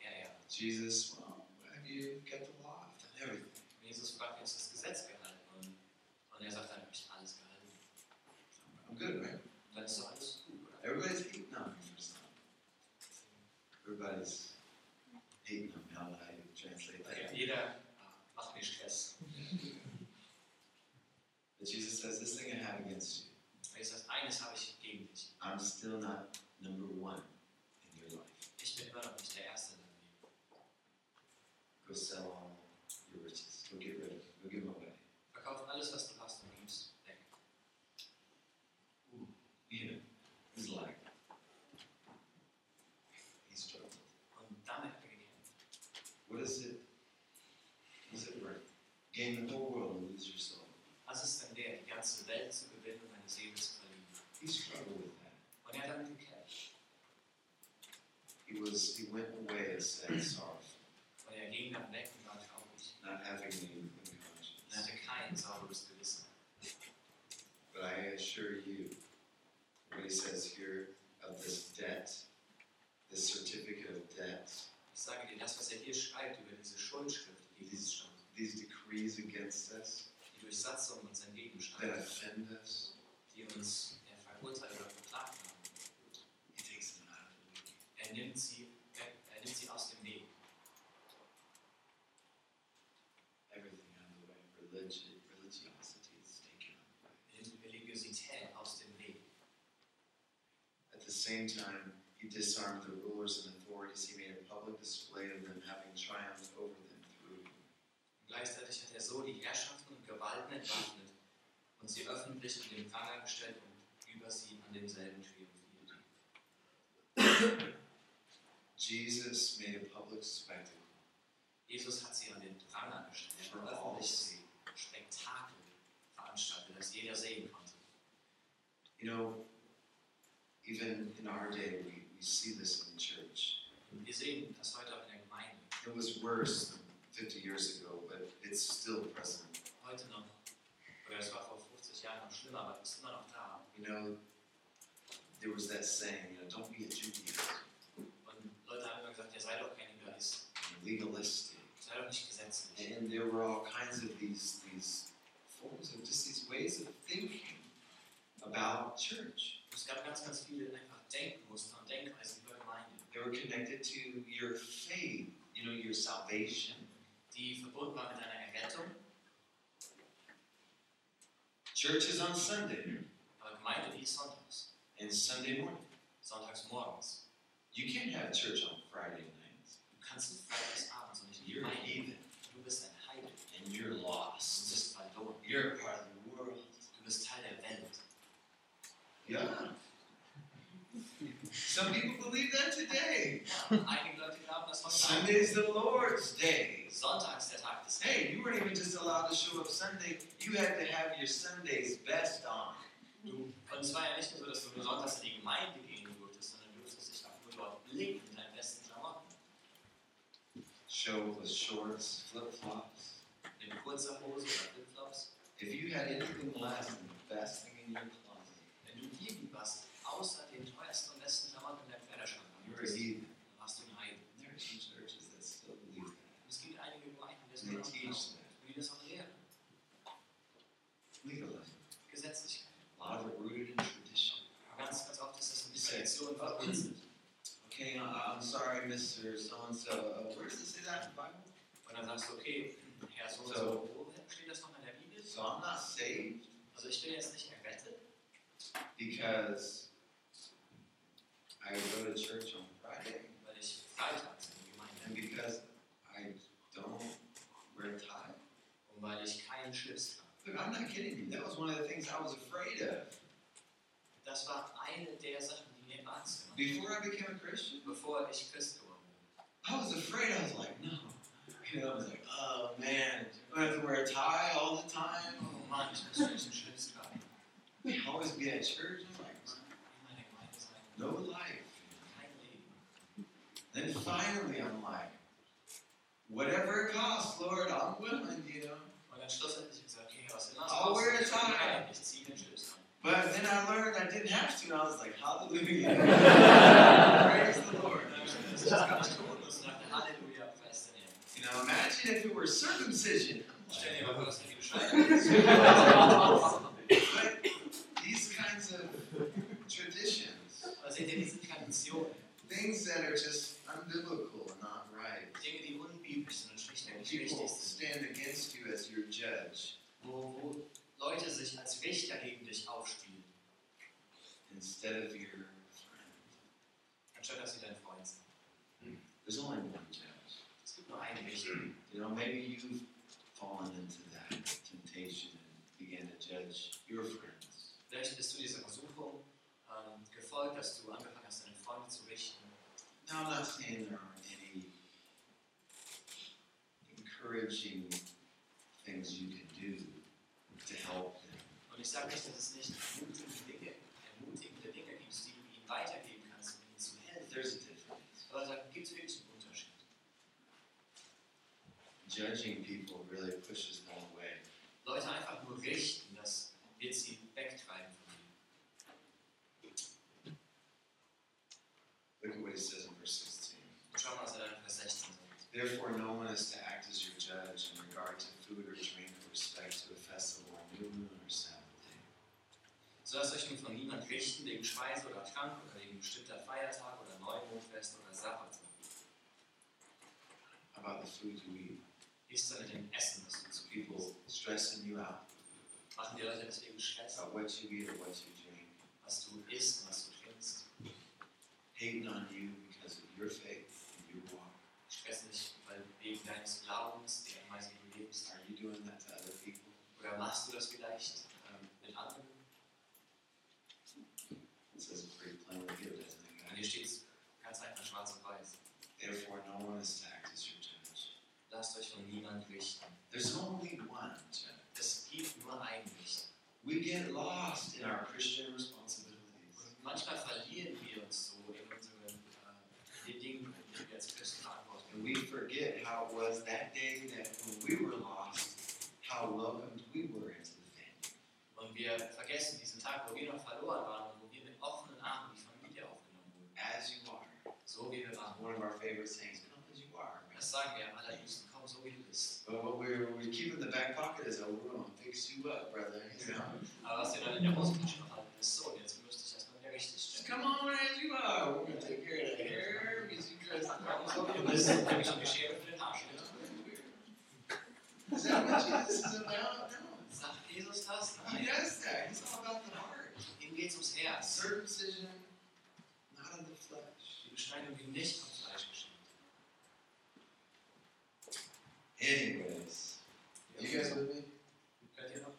Speaker 3: ererben?
Speaker 2: Jesus, well, have you kept the law? I've done everything.
Speaker 3: Und Jesus fragt, wie hast du das Gesetz gehalten? Und, und er äh, eines habe ich gegen dich.
Speaker 2: I'm still not number one in your life.
Speaker 3: Ich bin immer noch nicht der Erste in deinem Leben.
Speaker 2: Go sell all your riches. Go get rid of them. Go give them away.
Speaker 3: Verkauf alles, was du hast und gib's weg.
Speaker 2: You know, he's lying. He's joking.
Speaker 3: Und damit beginnt.
Speaker 2: What is it? What is it worth? Gain the whole world and lose your soul.
Speaker 3: Was ist denn wert, die ganze Welt zu gewinnen und meine Seele zu verlieren?
Speaker 2: He struggled with that.
Speaker 3: Und er hat damit gekämpft.
Speaker 2: He was he went away and said sorrowful,
Speaker 3: Und er ging dann weg und war traurig.
Speaker 2: not having any open
Speaker 3: Und er
Speaker 2: conscience.
Speaker 3: hatte kein sauberes Gewissen.
Speaker 2: But I assure you, what he says here of this debt, this certificate of debt,
Speaker 3: Ich sage dir, das, was er hier schreibt über diese Schuldschrift, die dieses stand,
Speaker 2: these decrees against us
Speaker 3: die Durchsatzung uns
Speaker 2: that
Speaker 3: entgegenstand,
Speaker 2: offend us,
Speaker 3: die uns er verurteilt oder verklagt haben,
Speaker 2: he takes them out of the way.
Speaker 3: er nimmt sie weg, er nimmt sie aus dem Weg.
Speaker 2: everything out of the way. Religion, religiosity is taken out of the way.
Speaker 3: Er nimmt Religiosität aus dem Weg.
Speaker 2: At the same time, he disarmed the rulers and authorities. He made a public display of them, having triumphed over them through him.
Speaker 3: Und gleichzeitig hat er so die Herrschaften und Gewalten entwaffnet und sie öffentlich in den Pranger gestellt und über sie an demselben triumphiert.
Speaker 2: Jesus made a public spectacle
Speaker 3: Jesus hat sie an den Pranger gestellt
Speaker 2: for
Speaker 3: und
Speaker 2: all to
Speaker 3: öffentlich
Speaker 2: see.
Speaker 3: Spektakel veranstaltet, das jeder sehen konnte.
Speaker 2: You know, even in our day, we, we see this in the church.
Speaker 3: Und wir sehen das heute auch in der Gemeinde.
Speaker 2: It was worse than 50 years ago, but it's still present.
Speaker 3: heute noch, oder es war vor 50 Jahren noch schlimmer, aber es ist immer noch da.
Speaker 2: You know, there was that saying, you know, don't be a Judaist,
Speaker 3: Und Leute haben immer gesagt, ja, sei doch kein Judaist,
Speaker 2: legalistic.
Speaker 3: sei doch nicht gesetzlich.
Speaker 2: and there were all kinds of these these forms of just these ways of thinking about church.
Speaker 3: Es gab ganz, ganz viele einfach Denkmuster und Denkweisen über Gemeinde,
Speaker 2: They were connected to your faith, you know, your salvation.
Speaker 3: die verbunden waren mit einer Errettung,
Speaker 2: Church is on Sunday
Speaker 3: aber Gemeinde, die ist sonntags,
Speaker 2: and Sunday morning.
Speaker 3: sonntags morgens.
Speaker 2: You can't have church on Friday nights.
Speaker 3: Du kannst nicht freitags abends und nicht in die
Speaker 2: You're a
Speaker 3: Gemeinde.
Speaker 2: heathen
Speaker 3: Du bist ein Heide, du
Speaker 2: and you're lost.
Speaker 3: bist verloren,
Speaker 2: You're a part of the world.
Speaker 3: du bist Teil der Welt.
Speaker 2: Yeah. Some people believe that today.
Speaker 3: Ja, einige Leute glauben das heute
Speaker 2: Sunday's the Lord's day.
Speaker 3: Abend. Sonntags der Tag des Herrn.
Speaker 2: Hey, you weren't even just allowed to show up Sunday. You had to have your Sunday's best on.
Speaker 3: Und es war ja nicht nur so, dass du nur sonntags in die Gemeinde gehen durftest, sondern du durftest dich auch nur dort blicken in deinen besten Klamotten.
Speaker 2: Show with shorts, flip flops.
Speaker 3: In kurzer Hose oder Flipflops.
Speaker 2: If you had anything less than the best thing in your closet,
Speaker 3: Wenn du irgendwas außer den teuersten und besten Klamotten in deinem Kleiderschrank
Speaker 2: you're a
Speaker 3: hattest,
Speaker 2: heathen.
Speaker 3: dann warst du ein Heiden.
Speaker 2: And There are some churches that still believe that.
Speaker 3: Und es gibt einige Gemeinden, die das
Speaker 2: And they
Speaker 3: immer noch glauben.
Speaker 2: teach
Speaker 3: Und die das auch lehren.
Speaker 2: that. Legalism.
Speaker 3: Gesetzlichkeit.
Speaker 2: A lot of it rooted in tradition.
Speaker 3: Aber ganz, ganz oft ist das in die
Speaker 2: Say.
Speaker 3: Tradition verwurzelt.
Speaker 2: Okay, uh, I'm sorry, Mr. So-and-so. Uh, Where does it say that in the Bible?
Speaker 3: Und dann sagst du, okay, Herr, so und so, wo steht das nochmal in der Bibel?
Speaker 2: So I'm not saved
Speaker 3: Also ich bin jetzt nicht errettet,
Speaker 2: because I go to church on Friday.
Speaker 3: weil ich freitags in die Gemeinde
Speaker 2: And because I don't wear a tie.
Speaker 3: bin. Und weil ich keinen Schlips trage.
Speaker 2: Look, I'm not kidding you. That was one of the things I was afraid of.
Speaker 3: Das war eine der Sachen, die mir ernst gemacht
Speaker 2: Before I became a Christian,
Speaker 3: haben, bevor ich Christ geworden bin.
Speaker 2: I was afraid. I was like, no. You know, I was like, oh man, I have to wear a tie all the time.
Speaker 3: Oh Mann, ich muss nicht ein Schild tragen.
Speaker 2: I always be at church. I'm like,
Speaker 3: Immer in der Gemeinde sein.
Speaker 2: no life.
Speaker 3: Kein Leben.
Speaker 2: Then finally, I'm like, whatever it costs, Lord, I'm willing, you know.
Speaker 3: Und dann schlussendlich gesagt, okay, Herr, was immer es
Speaker 2: Oh,
Speaker 3: kostet,
Speaker 2: where is
Speaker 3: ich bin
Speaker 2: I?
Speaker 3: bereit, Ich ziehe den Schild an.
Speaker 2: But then I learned I didn't have to, and I was like, hallelujah. Praise the Lord.
Speaker 3: Und dann habe ich gesagt, das ist gar nicht gut. Und ich dachte, Halleluja, preis den Herrn.
Speaker 2: You know, imagine if it were circumcision.
Speaker 3: Stell dir mal vor, dass du die Beschreibung hast.
Speaker 2: But these kinds of traditions,
Speaker 3: Aber seht Also, ihr, diese Tradition,
Speaker 2: things that are just unbiblical and not right,
Speaker 3: Dinge, die unbiblisch sind und schlichtweg nicht
Speaker 2: people
Speaker 3: richtig sind,
Speaker 2: stand against you as your judge.
Speaker 3: wo, wo Leute sich als Richter gegen dich aufspielen.
Speaker 2: instead of your friend.
Speaker 3: anstatt dass sie dein Freund sind.
Speaker 2: There's only one James.
Speaker 3: Es gibt nur einen richtigen.
Speaker 2: You know, maybe you've fallen into that temptation and began to judge your friends.
Speaker 3: Vielleicht bist du dieser Versuchung ähm, gefolgt, dass du angefangen hast, deine Freunde zu richten.
Speaker 2: Now, I'm not saying there aren't any encouraging things you can do to help them.
Speaker 3: Und ich sage nicht, dass es nicht ermutigende Dinge, ermutigende Dinge gibt, die du ihm weitergeben kannst, um ihm zu
Speaker 2: But
Speaker 3: helfen.
Speaker 2: there's a difference.
Speaker 3: Aber da gibt es wirklich einen Unterschied.
Speaker 2: Judging people really pushes them away.
Speaker 3: Leute einfach nur richten, das wird sie wegtreiben von dir.
Speaker 2: Look at what he says in verse 16.
Speaker 3: Und schau mal, was er dann in Vers 16 sagt.
Speaker 2: Therefore, no one is to act as your judge in regard to food or drink with respect to a festival, a new moon, or Sabbath day.
Speaker 3: So lasst euch nun von niemand richten, wegen Speise oder Trank oder wegen bestimmter Feiertag oder Neumondfest oder Sabbat.
Speaker 2: About the food you eat.
Speaker 3: Wie ist es dann mit dem Essen, das du zu
Speaker 2: People stressing you out
Speaker 3: Machen die Leute deswegen Stress,
Speaker 2: about what you eat or what you drink,
Speaker 3: was du isst und was du trinkst.
Speaker 2: hating on you because of your faith and your walk.
Speaker 3: Stressen dich, weil wegen deines Glaubens, der Weise, wie du lebst.
Speaker 2: Are you doing that to other people?
Speaker 3: Oder machst du das vielleicht ähm, mit anderen?
Speaker 2: It says it pretty plainly here, doesn't it?
Speaker 3: Und
Speaker 2: guys?
Speaker 3: hier steht es ganz einfach schwarz und weiß.
Speaker 2: Therefore, no one is to act as your judge.
Speaker 3: Lasst euch von niemand richten.
Speaker 2: There's only one judge.
Speaker 3: Es gibt nur einen Richter.
Speaker 2: We get lost in our Christian responsibilities.
Speaker 3: Und manchmal verlieren wir uns so in unseren äh, in den Dingen, die wir als Christen verantworten.
Speaker 2: And we forget how it was that day that when we were lost, how welcomed we were into the
Speaker 3: Und wir vergessen diesen Tag, wo wir noch verloren waren und wo wir mit offenen Armen die Familie aufgenommen wurden.
Speaker 2: family. As you are.
Speaker 3: So wie wir waren.
Speaker 2: One of our favorite sayings, come as you are.
Speaker 3: Das sagen wir am allerliebsten, komm so wie du bist.
Speaker 2: But what we, what we keep in the back pocket is, oh, we're going to fix you up, brother. You know?
Speaker 3: Aber was wir dann in der Hosentasche noch hatten, ist so, und jetzt müsste ich erstmal wieder richtig
Speaker 2: Just
Speaker 3: stellen.
Speaker 2: come on as you are. We're going to take care of that hair because you guys
Speaker 3: Komm so wie du bist, dann nehme ich eine Schere für den Arsch.
Speaker 2: You know, it's weird. Is that what Jesus is about? No.
Speaker 3: Sagt Jesus das?
Speaker 2: He
Speaker 3: Nein.
Speaker 2: does that. He's all about the heart.
Speaker 3: Ihm geht es ums Herz.
Speaker 2: Circumcision, not of the flesh.
Speaker 3: Die Beschneidung wird nicht vom Fleisch geschehen.
Speaker 2: Anyways. You guys with me?
Speaker 3: Hört ihr noch?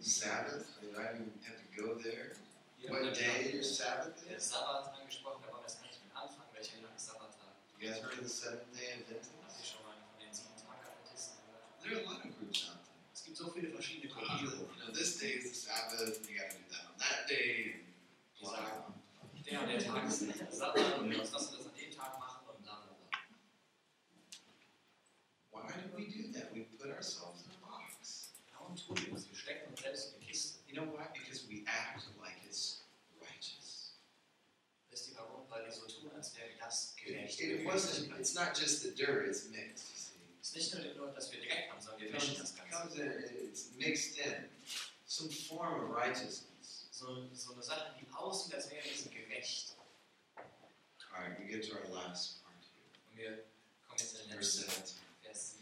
Speaker 2: Sabbath? Did I even have to go there?
Speaker 3: Ihr
Speaker 2: What
Speaker 3: hört
Speaker 2: day
Speaker 3: noch.
Speaker 2: your Sabbath
Speaker 3: Der
Speaker 2: is?
Speaker 3: Sabbat angesprochen, da wollen wir jetzt gar nicht mit anfangen, welcher Tag ist Sabbattag.
Speaker 2: You guys heard of the seventh day Adventist?
Speaker 3: Habt ihr schon mal von den sieben Tag-Adventisten gehört?
Speaker 2: There are a lot of groups out there.
Speaker 3: Es gibt so viele verschiedene
Speaker 2: You
Speaker 3: Gruppierungen.
Speaker 2: know, this day is the Sabbath, and you gotta do that on that day. and blah, blah, blah.
Speaker 3: Der und der Tag ist der Sabbat und jetzt lassen wir das an dem Tag machen und bla bla bla.
Speaker 2: Why do we do that? We put ourselves in a box.
Speaker 3: Warum tun wir das? Wir stecken uns selbst in die Kiste.
Speaker 2: You know why? Because we act like it's righteous.
Speaker 3: Wisst ihr warum? Weil wir so tun, als wäre das
Speaker 2: It,
Speaker 3: gerecht.
Speaker 2: it wasn't, it's not just the dirt, it's mixed, you see.
Speaker 3: Es ist nicht nur, dass wir Dreck haben, sondern wir
Speaker 2: It
Speaker 3: mischen
Speaker 2: comes,
Speaker 3: das
Speaker 2: it
Speaker 3: Ganze.
Speaker 2: comes in, it's mixed in. Some form of righteousness.
Speaker 3: So, so eine Sache, die aussieht, als wäre es gerecht.
Speaker 2: All right, we get to our last part here.
Speaker 3: Und wir kommen jetzt in den
Speaker 2: Verse
Speaker 3: letzten
Speaker 2: 17.
Speaker 3: Vers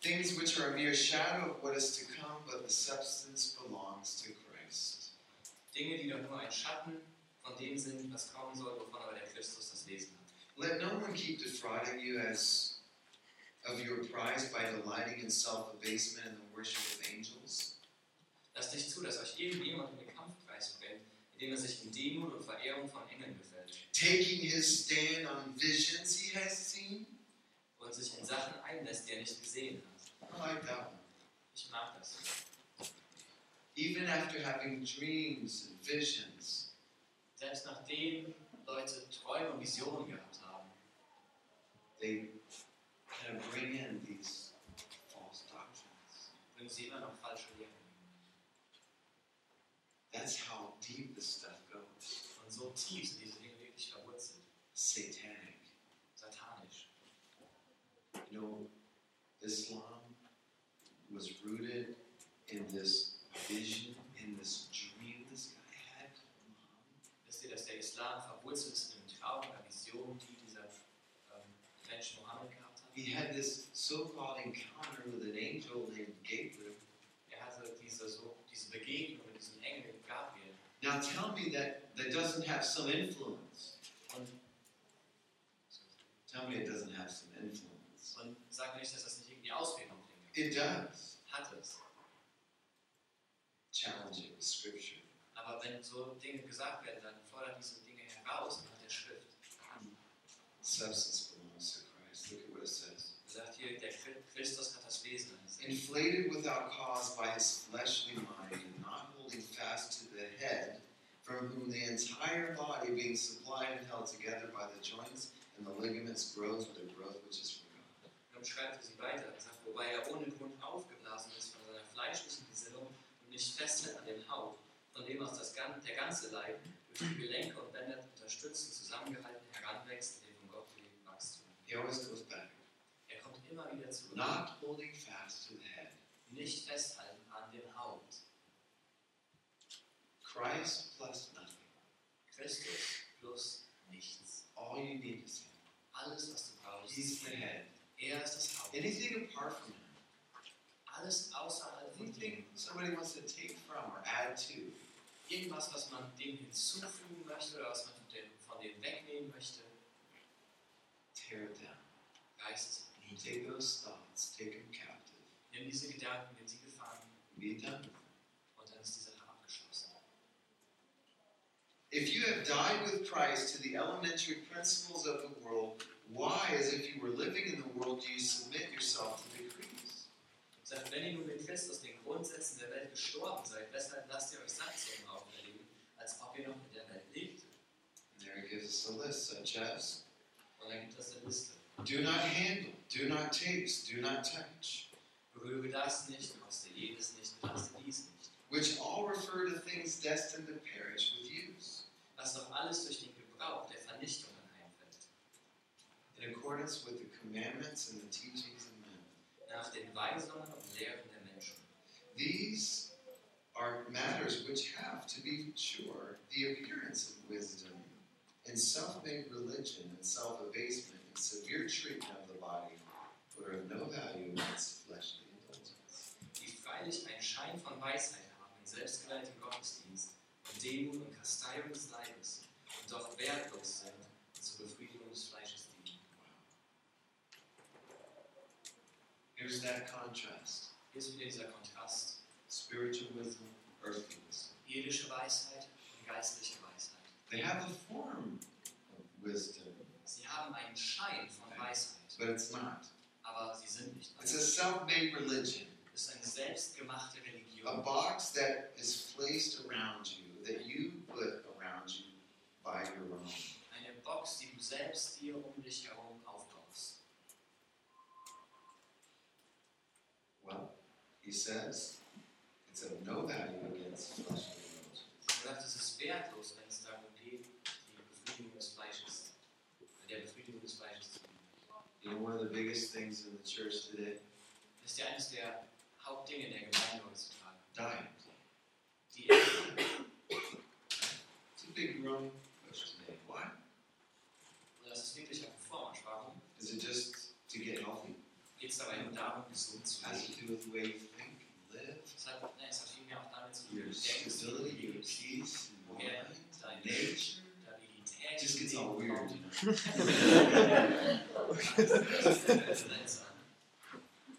Speaker 3: 17.
Speaker 2: Things which are a mere shadow of what is to come, but the substance belongs to Christ.
Speaker 3: Dinge, die doch nur ein Schatten von dem sind, was kommen soll, wovon aber der Christus das Wesen hat.
Speaker 2: Let no one keep defrauding you as of your prize by delighting in self abasement and the worship of angels,
Speaker 3: Lasst nicht zu, dass euch irgendjemand in den Kampfpreis brennt, indem er sich in Demut und Verehrung von Engeln gefällt
Speaker 2: taking his stand on visions he has seen.
Speaker 3: und sich in Sachen einlässt, die er nicht gesehen hat.
Speaker 2: I like that one.
Speaker 3: Ich mag das.
Speaker 2: Even after having dreams and visions,
Speaker 3: Selbst nachdem Leute Träume und Visionen gehabt haben,
Speaker 2: they kind of bring in these false doctrines.
Speaker 3: bringen sie immer noch falsche Lehren.
Speaker 2: That's how deep this stuff goes.
Speaker 3: Und so tief sind diese Dinge wirklich verwurzelt,
Speaker 2: Satanic.
Speaker 3: satanisch.
Speaker 2: You know, Islam was rooted in this vision, in this dream this guy had.
Speaker 3: Wisst ihr, dass der Islam verwurzelt ist in einem Traum oder Vision, die dieser ähm, Mensch Mohammed gehabt hat?
Speaker 2: He had this so-called encounter with an angel named Gabriel,
Speaker 3: Er hatte diese, so, diese Begegnung mit diesem
Speaker 5: Now tell me that that doesn't have some influence.
Speaker 2: Tell me it doesn't have some influence.
Speaker 3: Und sag mir nicht, dass das nicht irgendwie Auswirkungen bringt.
Speaker 2: It does.
Speaker 3: Hat es.
Speaker 2: Challenging the scripture.
Speaker 3: Aber wenn so Dinge gesagt werden, dann fordern diese Dinge heraus nach der Schrift.
Speaker 2: Substance belongs to Christ. Look at what it says.
Speaker 3: Er sagt hier, der Christ- Christus hat das Wesen eines Menschen.
Speaker 2: Inflated without cause by his fleshly mind and not holding fast to the head, from whom the entire body being supplied and held together by the joints and the ligaments grows with a growth which is from God.
Speaker 3: Nun schreibt er sie weiter und sagt, wobei er ohne Grund aufgeblasen ist von seiner fleischlichen Gesinnung und nicht festhält an dem Haupt, von dem aus das Gan der ganze Leib durch die Gelenke und Bänder unterstützt und zusammengehalten heranwächst in den von Gott gelegten Wachstum.
Speaker 2: He always goes back.
Speaker 3: Er kommt immer wieder zurück,
Speaker 2: Not holding fast to the head.
Speaker 3: nicht festhalten an dem Haupt.
Speaker 2: Christ plus nothing.
Speaker 3: Christus plus nichts.
Speaker 2: All you need is Him.
Speaker 3: Alles, was du brauchst,
Speaker 2: He's the head.
Speaker 3: er ist das Haupt.
Speaker 2: Anything apart from Him,
Speaker 3: Alles außerhalb von
Speaker 2: anything
Speaker 3: dem,
Speaker 2: somebody wants to take from or add to,
Speaker 3: irgendwas, was man dem hinzufügen möchte oder was man von dem, von dem wegnehmen möchte,
Speaker 2: tear it down.
Speaker 3: reißt es
Speaker 2: You take those thoughts, take them captive,
Speaker 3: Nimm diese Gedanken, nimm sie gefangen
Speaker 2: and be done with them.
Speaker 3: und dann ist die Sache abgeschlossen.
Speaker 2: If you have died with Christ to the elementary principles of the world, why, as if you were living in the world, do you submit yourself to decrees?
Speaker 3: Sagt, wenn ihr nun mit Christus den Grundsätzen der Welt gestorben seid, weshalb lasst ihr euch Satzungen auferlegen, als ob ihr noch in der Welt lebt?
Speaker 2: And there he gives us a list, such as
Speaker 3: Und dann gibt es eine Liste.
Speaker 2: do not handle, do not taste, do not touch,
Speaker 3: Berühre das nicht, koste jedes nicht, belaste dies nicht.
Speaker 2: which all refer to things destined to perish with use,
Speaker 3: Was doch alles durch den Gebrauch der Vernichtung anheimfällt.
Speaker 2: in accordance with the commandments and the teachings of men.
Speaker 3: Nach den Weisungen und Lehren der Menschen.
Speaker 2: These are matters which have, to be sure, the appearance of wisdom in self made religion and self abasement and severe treatment of the body, but are of no value against fleshly indulgence.
Speaker 3: die freilich einen Schein von Weisheit haben in selbstgewaltigem Gottesdienst und Demut und Kasteiung des Leibes und doch wertlos sind und zur Befriedigung des Fleisches dienen.
Speaker 2: Here's that contrast
Speaker 3: Hier ist wieder dieser Kontrast.
Speaker 2: spiritual wisdom, earthly wisdom.
Speaker 3: Irdische Weisheit und geistliche Weisheit.
Speaker 2: They have a form of wisdom,
Speaker 3: Sie haben einen Schein von Weisheit,
Speaker 2: but it's not.
Speaker 3: aber sie sind nicht
Speaker 2: It's a
Speaker 3: weise.
Speaker 2: self made religion,
Speaker 3: Es ist eine selbstgemachte
Speaker 2: a
Speaker 3: Religion,
Speaker 2: box that is placed around you, that you put around you by your own.
Speaker 3: eine Box, die du selbst dir um dich herum aufbaust.
Speaker 2: Well, he says it's of no value against flesh and blood.
Speaker 3: Man sagt, es ist wertlos, wenn es darum geht, die Befriedigung des Fleisches, der Befriedigung des Fleisches zu dienen.
Speaker 2: You know, one of the biggest things in the church today,
Speaker 3: Das ist ja eines der Hauptdinge der Gemeinde heutzutage.
Speaker 2: diet.
Speaker 3: Die Ernährung.
Speaker 2: It's a big growing push today. Why?
Speaker 3: Und das ist wirklich ein Vormarsch. Warum?
Speaker 2: Is it just to get healthy?
Speaker 3: Geht es dabei nur darum, gesund zu
Speaker 2: Has
Speaker 3: leben?
Speaker 2: to do with the way you think, and live,
Speaker 3: Es hat, nein, es hat vielmehr auch damit zu tun,
Speaker 2: your
Speaker 3: wie du denkst, wie du
Speaker 2: stability, your
Speaker 3: lebst,
Speaker 2: peace, your
Speaker 3: Yeah.
Speaker 2: mind,
Speaker 3: deine
Speaker 2: nature. It
Speaker 3: Stabilität.
Speaker 2: just gets all weird, you know.
Speaker 3: Alle,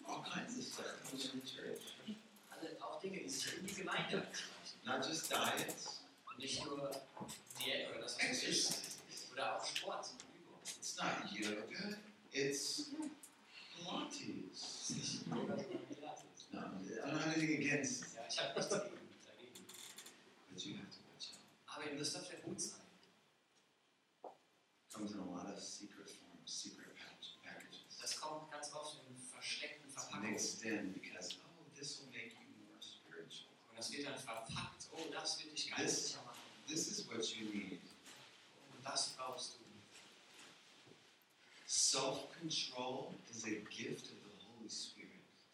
Speaker 2: All kinds of stuff comes from the church.
Speaker 3: auch Dinge, die sich in die Gemeinde einschleichen.
Speaker 2: Not just diets,
Speaker 3: Und nicht nur Diät oder das, was du isst.
Speaker 2: exercise.
Speaker 3: Oder auch Sport und Übung.
Speaker 2: It's not yoga, it's Pilates.
Speaker 3: Das ist nicht nur Pilates.
Speaker 2: No, I don't have anything against,
Speaker 3: Ja, ich habe nichts dagegen. dagegen.
Speaker 2: but you have to watch out.
Speaker 3: Aber ihr müsst dafür gut sein.
Speaker 2: Comes in a lot of secret forms, secret pack- packages.
Speaker 3: Das kommt ganz oft in versteckten
Speaker 2: It's
Speaker 3: Verpackungen.
Speaker 2: mixed in because oh, this will make you more spiritual.
Speaker 3: Und das wird dann verpackt. Oh, das wird dich geistlicher machen.
Speaker 2: This is what you need:
Speaker 3: Und das brauchst du.
Speaker 2: self-control is a gift of the Holy Spirit.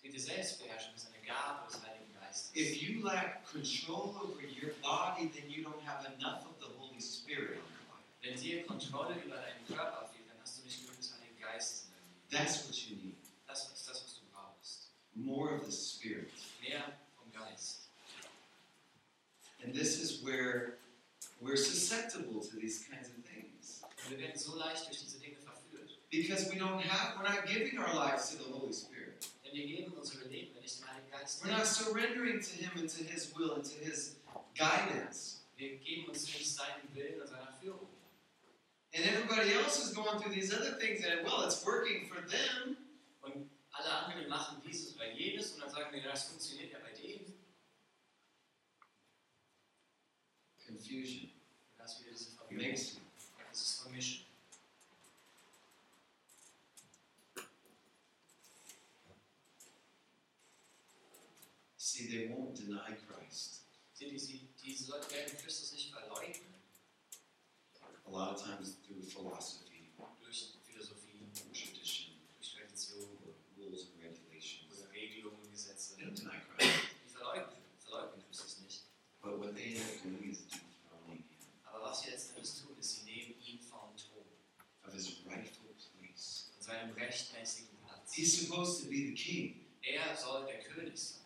Speaker 3: Diese Selbstbeherrschung ist eine Gabe des Heiligen Geistes.
Speaker 2: If you lack control over your body, then you don't have enough of the Holy Spirit on your life.
Speaker 3: Wenn dir Kontrolle über deinen Körper fehlt, dann hast du nicht genug des Heiligen Geistes in deinem Leben.
Speaker 2: That's what you need:
Speaker 3: Das ist das, was du brauchst.
Speaker 2: more of the Spirit.
Speaker 3: Mehr vom Geist.
Speaker 2: And this is where
Speaker 6: kinds of things.
Speaker 3: Wir werden so leicht durch diese Dinge verführt.
Speaker 2: Because we don't have, we're not giving our lives to the Holy Spirit.
Speaker 3: Denn wir geben unsere Leben nicht dem Heiligen Geist
Speaker 2: We're not
Speaker 3: hin.
Speaker 2: surrendering to Him and to His will and to His guidance.
Speaker 3: Wir geben uns nicht seinem Willen und seiner Führung.
Speaker 2: And everybody else is going through these other things, and well, it's working for them.
Speaker 3: Alle anderen machen dieses oder jenes und dann sagen wir, ja, das funktioniert ja bei denen.
Speaker 2: Confusion
Speaker 3: Und das wieder diese Verführung.
Speaker 2: makes
Speaker 3: Das ist Vermischen.
Speaker 2: see they won't deny Christ.
Speaker 3: Sie, die, sie, diese Leute werden Christus nicht verleugnen
Speaker 2: A lot of times through philosophy,
Speaker 3: durch Philosophie,
Speaker 2: tradition,
Speaker 3: durch Tradition
Speaker 2: rules and regulations.
Speaker 3: oder Regelungen, Gesetze.
Speaker 2: They don't deny Christ,
Speaker 3: Die verleugnen, verleugnen Christus nicht.
Speaker 2: but what they end up doing is dethroning Him
Speaker 3: Aber was sie letzten Endes tun, ist, sie nehmen ihn vom Thron.
Speaker 2: of His rightful place.
Speaker 3: an seinem rechtmäßigen Platz.
Speaker 2: He's supposed to be the King,
Speaker 3: Er soll der König sein,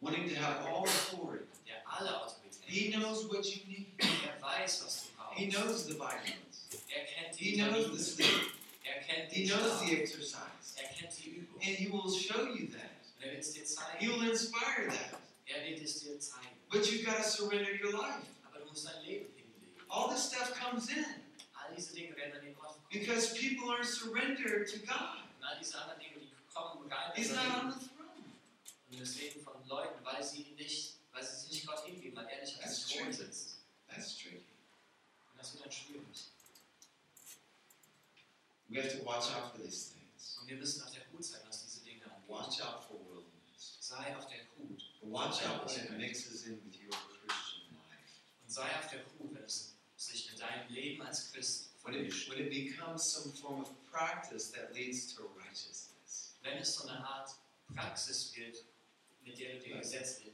Speaker 2: wanting to have all authority.
Speaker 3: der alle Autorität
Speaker 2: He
Speaker 3: hat.
Speaker 2: knows what you need.
Speaker 3: Er weiß, was du brauchst.
Speaker 2: He knows the vitamins.
Speaker 3: Er kennt die
Speaker 2: He knows the
Speaker 3: Vitamine.
Speaker 2: sleep.
Speaker 3: Er kennt
Speaker 2: He
Speaker 3: die
Speaker 2: knows
Speaker 3: Schlaf.
Speaker 2: the exercise.
Speaker 3: Er kennt die Übung.
Speaker 2: And He will show you that.
Speaker 3: Und er wird es dir zeigen.
Speaker 2: He will inspire that.
Speaker 3: Er wird es dir zeigen.
Speaker 2: But you've got to surrender your life.
Speaker 3: Aber du musst dein Leben hinlegen.
Speaker 2: All this stuff comes in
Speaker 3: All diese Dinge werden an den Ort kommen.
Speaker 2: because people aren't surrendered to God.
Speaker 3: Und all diese anderen Dinge, die kommen rein in
Speaker 2: He's not
Speaker 3: unser
Speaker 2: on
Speaker 3: Leben.
Speaker 2: the throne.
Speaker 3: und das Leben von Leuten, weil sie ihn nicht, weil sie es nicht Gott hingeben, weil er nicht auf
Speaker 2: That's
Speaker 3: dem Thron
Speaker 2: true.
Speaker 3: sitzt.
Speaker 2: That's tricky.
Speaker 3: Und das wird dann schwierig.
Speaker 2: We have to watch out for these things.
Speaker 3: Und wir müssen auf der Hut sein, was diese Dinge angeht.
Speaker 2: Watch out for worldliness.
Speaker 3: Sei auf der Hut.
Speaker 2: Watch out when it mixes in with your Christian life.
Speaker 3: Und sei auf der Hut, wenn es sich mit deinem Leben als Christ
Speaker 2: When it,
Speaker 3: vermischt.
Speaker 2: when it becomes some form of practice that leads to righteousness.
Speaker 3: Wenn es so eine Art Praxis wird, mit der du dir Gesetz, Ge-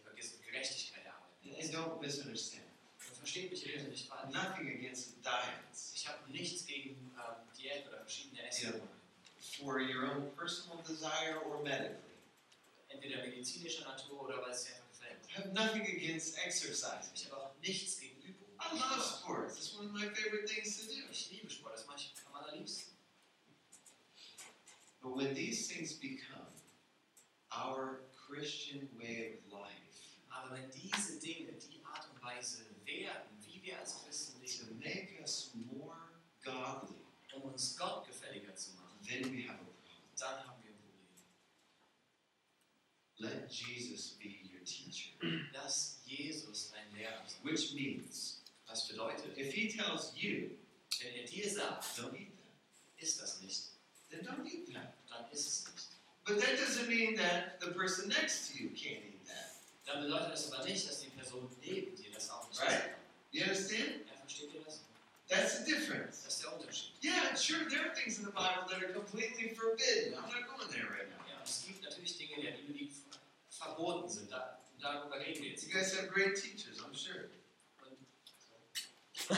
Speaker 3: Gerechtigkeit
Speaker 2: And- And
Speaker 3: erarbeitest.
Speaker 2: don't misunderstand.
Speaker 3: Und versteht mich bitte nicht falsch.
Speaker 2: Nothing against diets.
Speaker 3: Ich habe nichts gegen ähm, Diäten oder verschiedene Essstörungen.
Speaker 2: For your own personal desire or medically.
Speaker 3: Entweder medizinischer Natur oder weil es dir einfach gefällt.
Speaker 2: I have nothing against exercising.
Speaker 3: Ich habe auch nichts gegen Übung.
Speaker 2: I love sports. It's one of my favorite things to do.
Speaker 3: Ich liebe Sport, das mache ich am allerliebsten.
Speaker 2: But when these things become our Christian way of life,
Speaker 3: Aber wenn diese Dinge die Art und Weise werden, wie wir als Christen
Speaker 2: to
Speaker 3: leben,
Speaker 2: make us more godly,
Speaker 3: um uns Gott gefälliger zu machen,
Speaker 2: then we have a problem.
Speaker 3: dann haben wir ein Problem.
Speaker 2: Let Jesus be your teacher.
Speaker 3: dass Jesus dein Lehrer ist.
Speaker 2: Which means,
Speaker 3: Was bedeutet,
Speaker 2: if he tells you,
Speaker 3: wenn er dir sagt,
Speaker 2: don't eat that,
Speaker 3: ist das nicht,
Speaker 2: then don't eat that.
Speaker 3: dann ist es nicht.
Speaker 2: But that doesn't mean that the person next to you can't eat that.
Speaker 3: Dann bedeutet das aber nicht, dass die Person neben dir das auch nicht
Speaker 2: Right.
Speaker 3: right.
Speaker 2: You understand?
Speaker 3: Ja, versteht ihr das?
Speaker 2: That's the difference.
Speaker 3: Das ist der Unterschied.
Speaker 2: Yeah, sure, there are things in the Bible that are completely forbidden. I'm not going there right now.
Speaker 3: Ja, und es gibt natürlich Dinge in der Bibel, die ver- verboten sind. Da, darüber reden wir jetzt.
Speaker 2: You guys have great teachers, I'm sure.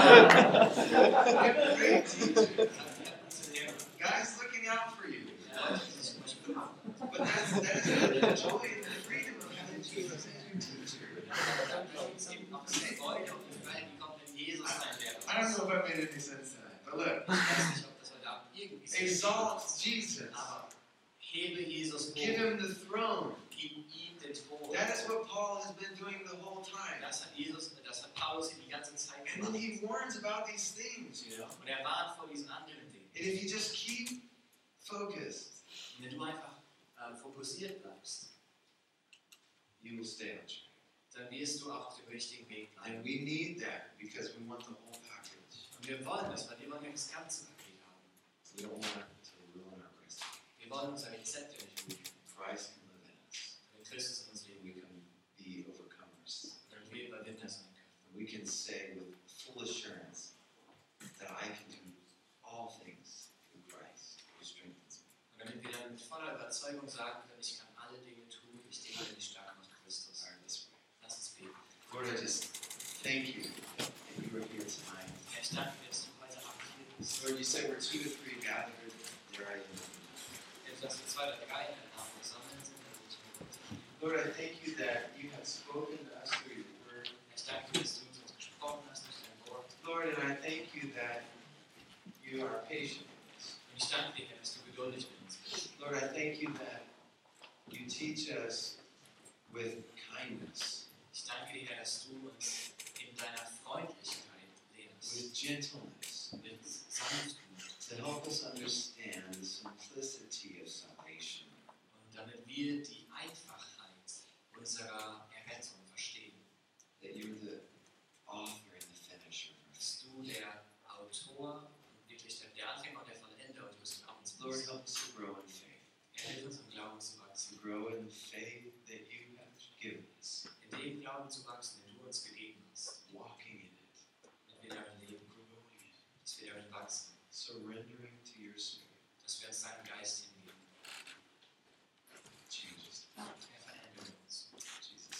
Speaker 2: You have great teachers. Guys looking out for you. But that's, that's the joy and the freedom of having Jesus as your teacher. I don't know if I made any sense tonight, but look, exalt Jesus.
Speaker 3: Aber hebe Jesus
Speaker 2: Give
Speaker 3: hoch,
Speaker 2: him the throne.
Speaker 3: gib ihm den Thron.
Speaker 2: That is what Paul has been doing the whole time.
Speaker 3: Das hat Jesus, das hat Paulus die ganze Zeit
Speaker 2: And then
Speaker 3: gemacht.
Speaker 2: he warns about these things, you know.
Speaker 3: Und er warnt vor diesen anderen Dingen.
Speaker 2: And if you just keep focused,
Speaker 3: Und wenn du einfach äh, fokussiert bleibst,
Speaker 2: you will stay on track.
Speaker 3: dann wirst du auch auf dem richtigen Weg bleiben.
Speaker 2: And we need that because we want the whole package.
Speaker 3: Und wir wollen das, weil wir wollen ja das ganze Paket haben.
Speaker 2: We don't want to ruin our rest.
Speaker 3: Wir wollen unser Rezept ja nicht rufen.
Speaker 2: Christ can live in us.
Speaker 3: Wenn Christus in uns leben
Speaker 2: And we can be overcomers.
Speaker 3: dann wir Überwinder sein können.
Speaker 2: And we can say with full assurance that I can do all things through Christ who strengthens me.
Speaker 3: Und damit wir dann mit voller Überzeugung sagen können, ich kann alle Dinge tun, ich denke, die stark macht Christus.
Speaker 2: Sorry, this way.
Speaker 3: Lass uns beten.
Speaker 2: Lord, I just thank you that you are here tonight.
Speaker 3: Herr, ich danke dir, dass du heute Abend hier bist.
Speaker 2: Lord, you said we're two to three gathered. There I am.
Speaker 3: Hilf, dass wir zwei oder drei in deinem Namen gesammelt sind. dann sind wir mit dir.
Speaker 2: Lord, I thank you that you have spoken to us through your word.
Speaker 3: Ich danke dir, dass du mit uns gesprochen
Speaker 2: Lord, and I thank you that you are patient with us.
Speaker 3: Und ich danke dir, Herr, dass du geduldig mit uns bist.
Speaker 2: Lord, I thank you that you teach us with kindness,
Speaker 3: Ich danke dir, Herr, dass du uns in deiner Freundlichkeit lehrst,
Speaker 2: with gentleness,
Speaker 3: mit Sanftmut,
Speaker 2: to help us understand the simplicity of salvation.
Speaker 3: und damit wir die Einfachheit unserer Errettung verstehen,
Speaker 2: That you're the author and the finisher. of us.
Speaker 3: dass du der Autor und wirklich der, der Anfänger und der Vollender unseres Glaubens
Speaker 2: Lord,
Speaker 3: bist.
Speaker 2: help us to grow in faith,
Speaker 3: Er hilft uns, im Glauben zu
Speaker 2: to
Speaker 3: wachsen,
Speaker 2: grow in the faith that you have given us,
Speaker 3: in dem Glauben zu wachsen, den du uns gegeben hast,
Speaker 2: walking in it,
Speaker 3: damit wir darin leben,
Speaker 2: growing in it,
Speaker 3: dass wir darin wachsen,
Speaker 2: surrendering to your spirit
Speaker 3: dass wir uns deinem Geist hingeben.
Speaker 2: changes
Speaker 3: Er verändert uns.
Speaker 2: Jesus.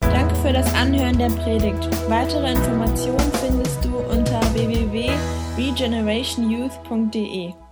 Speaker 7: Danke für das Anhören der Predigt. Weitere Informationen findest du unter www.regenerationyouth.de.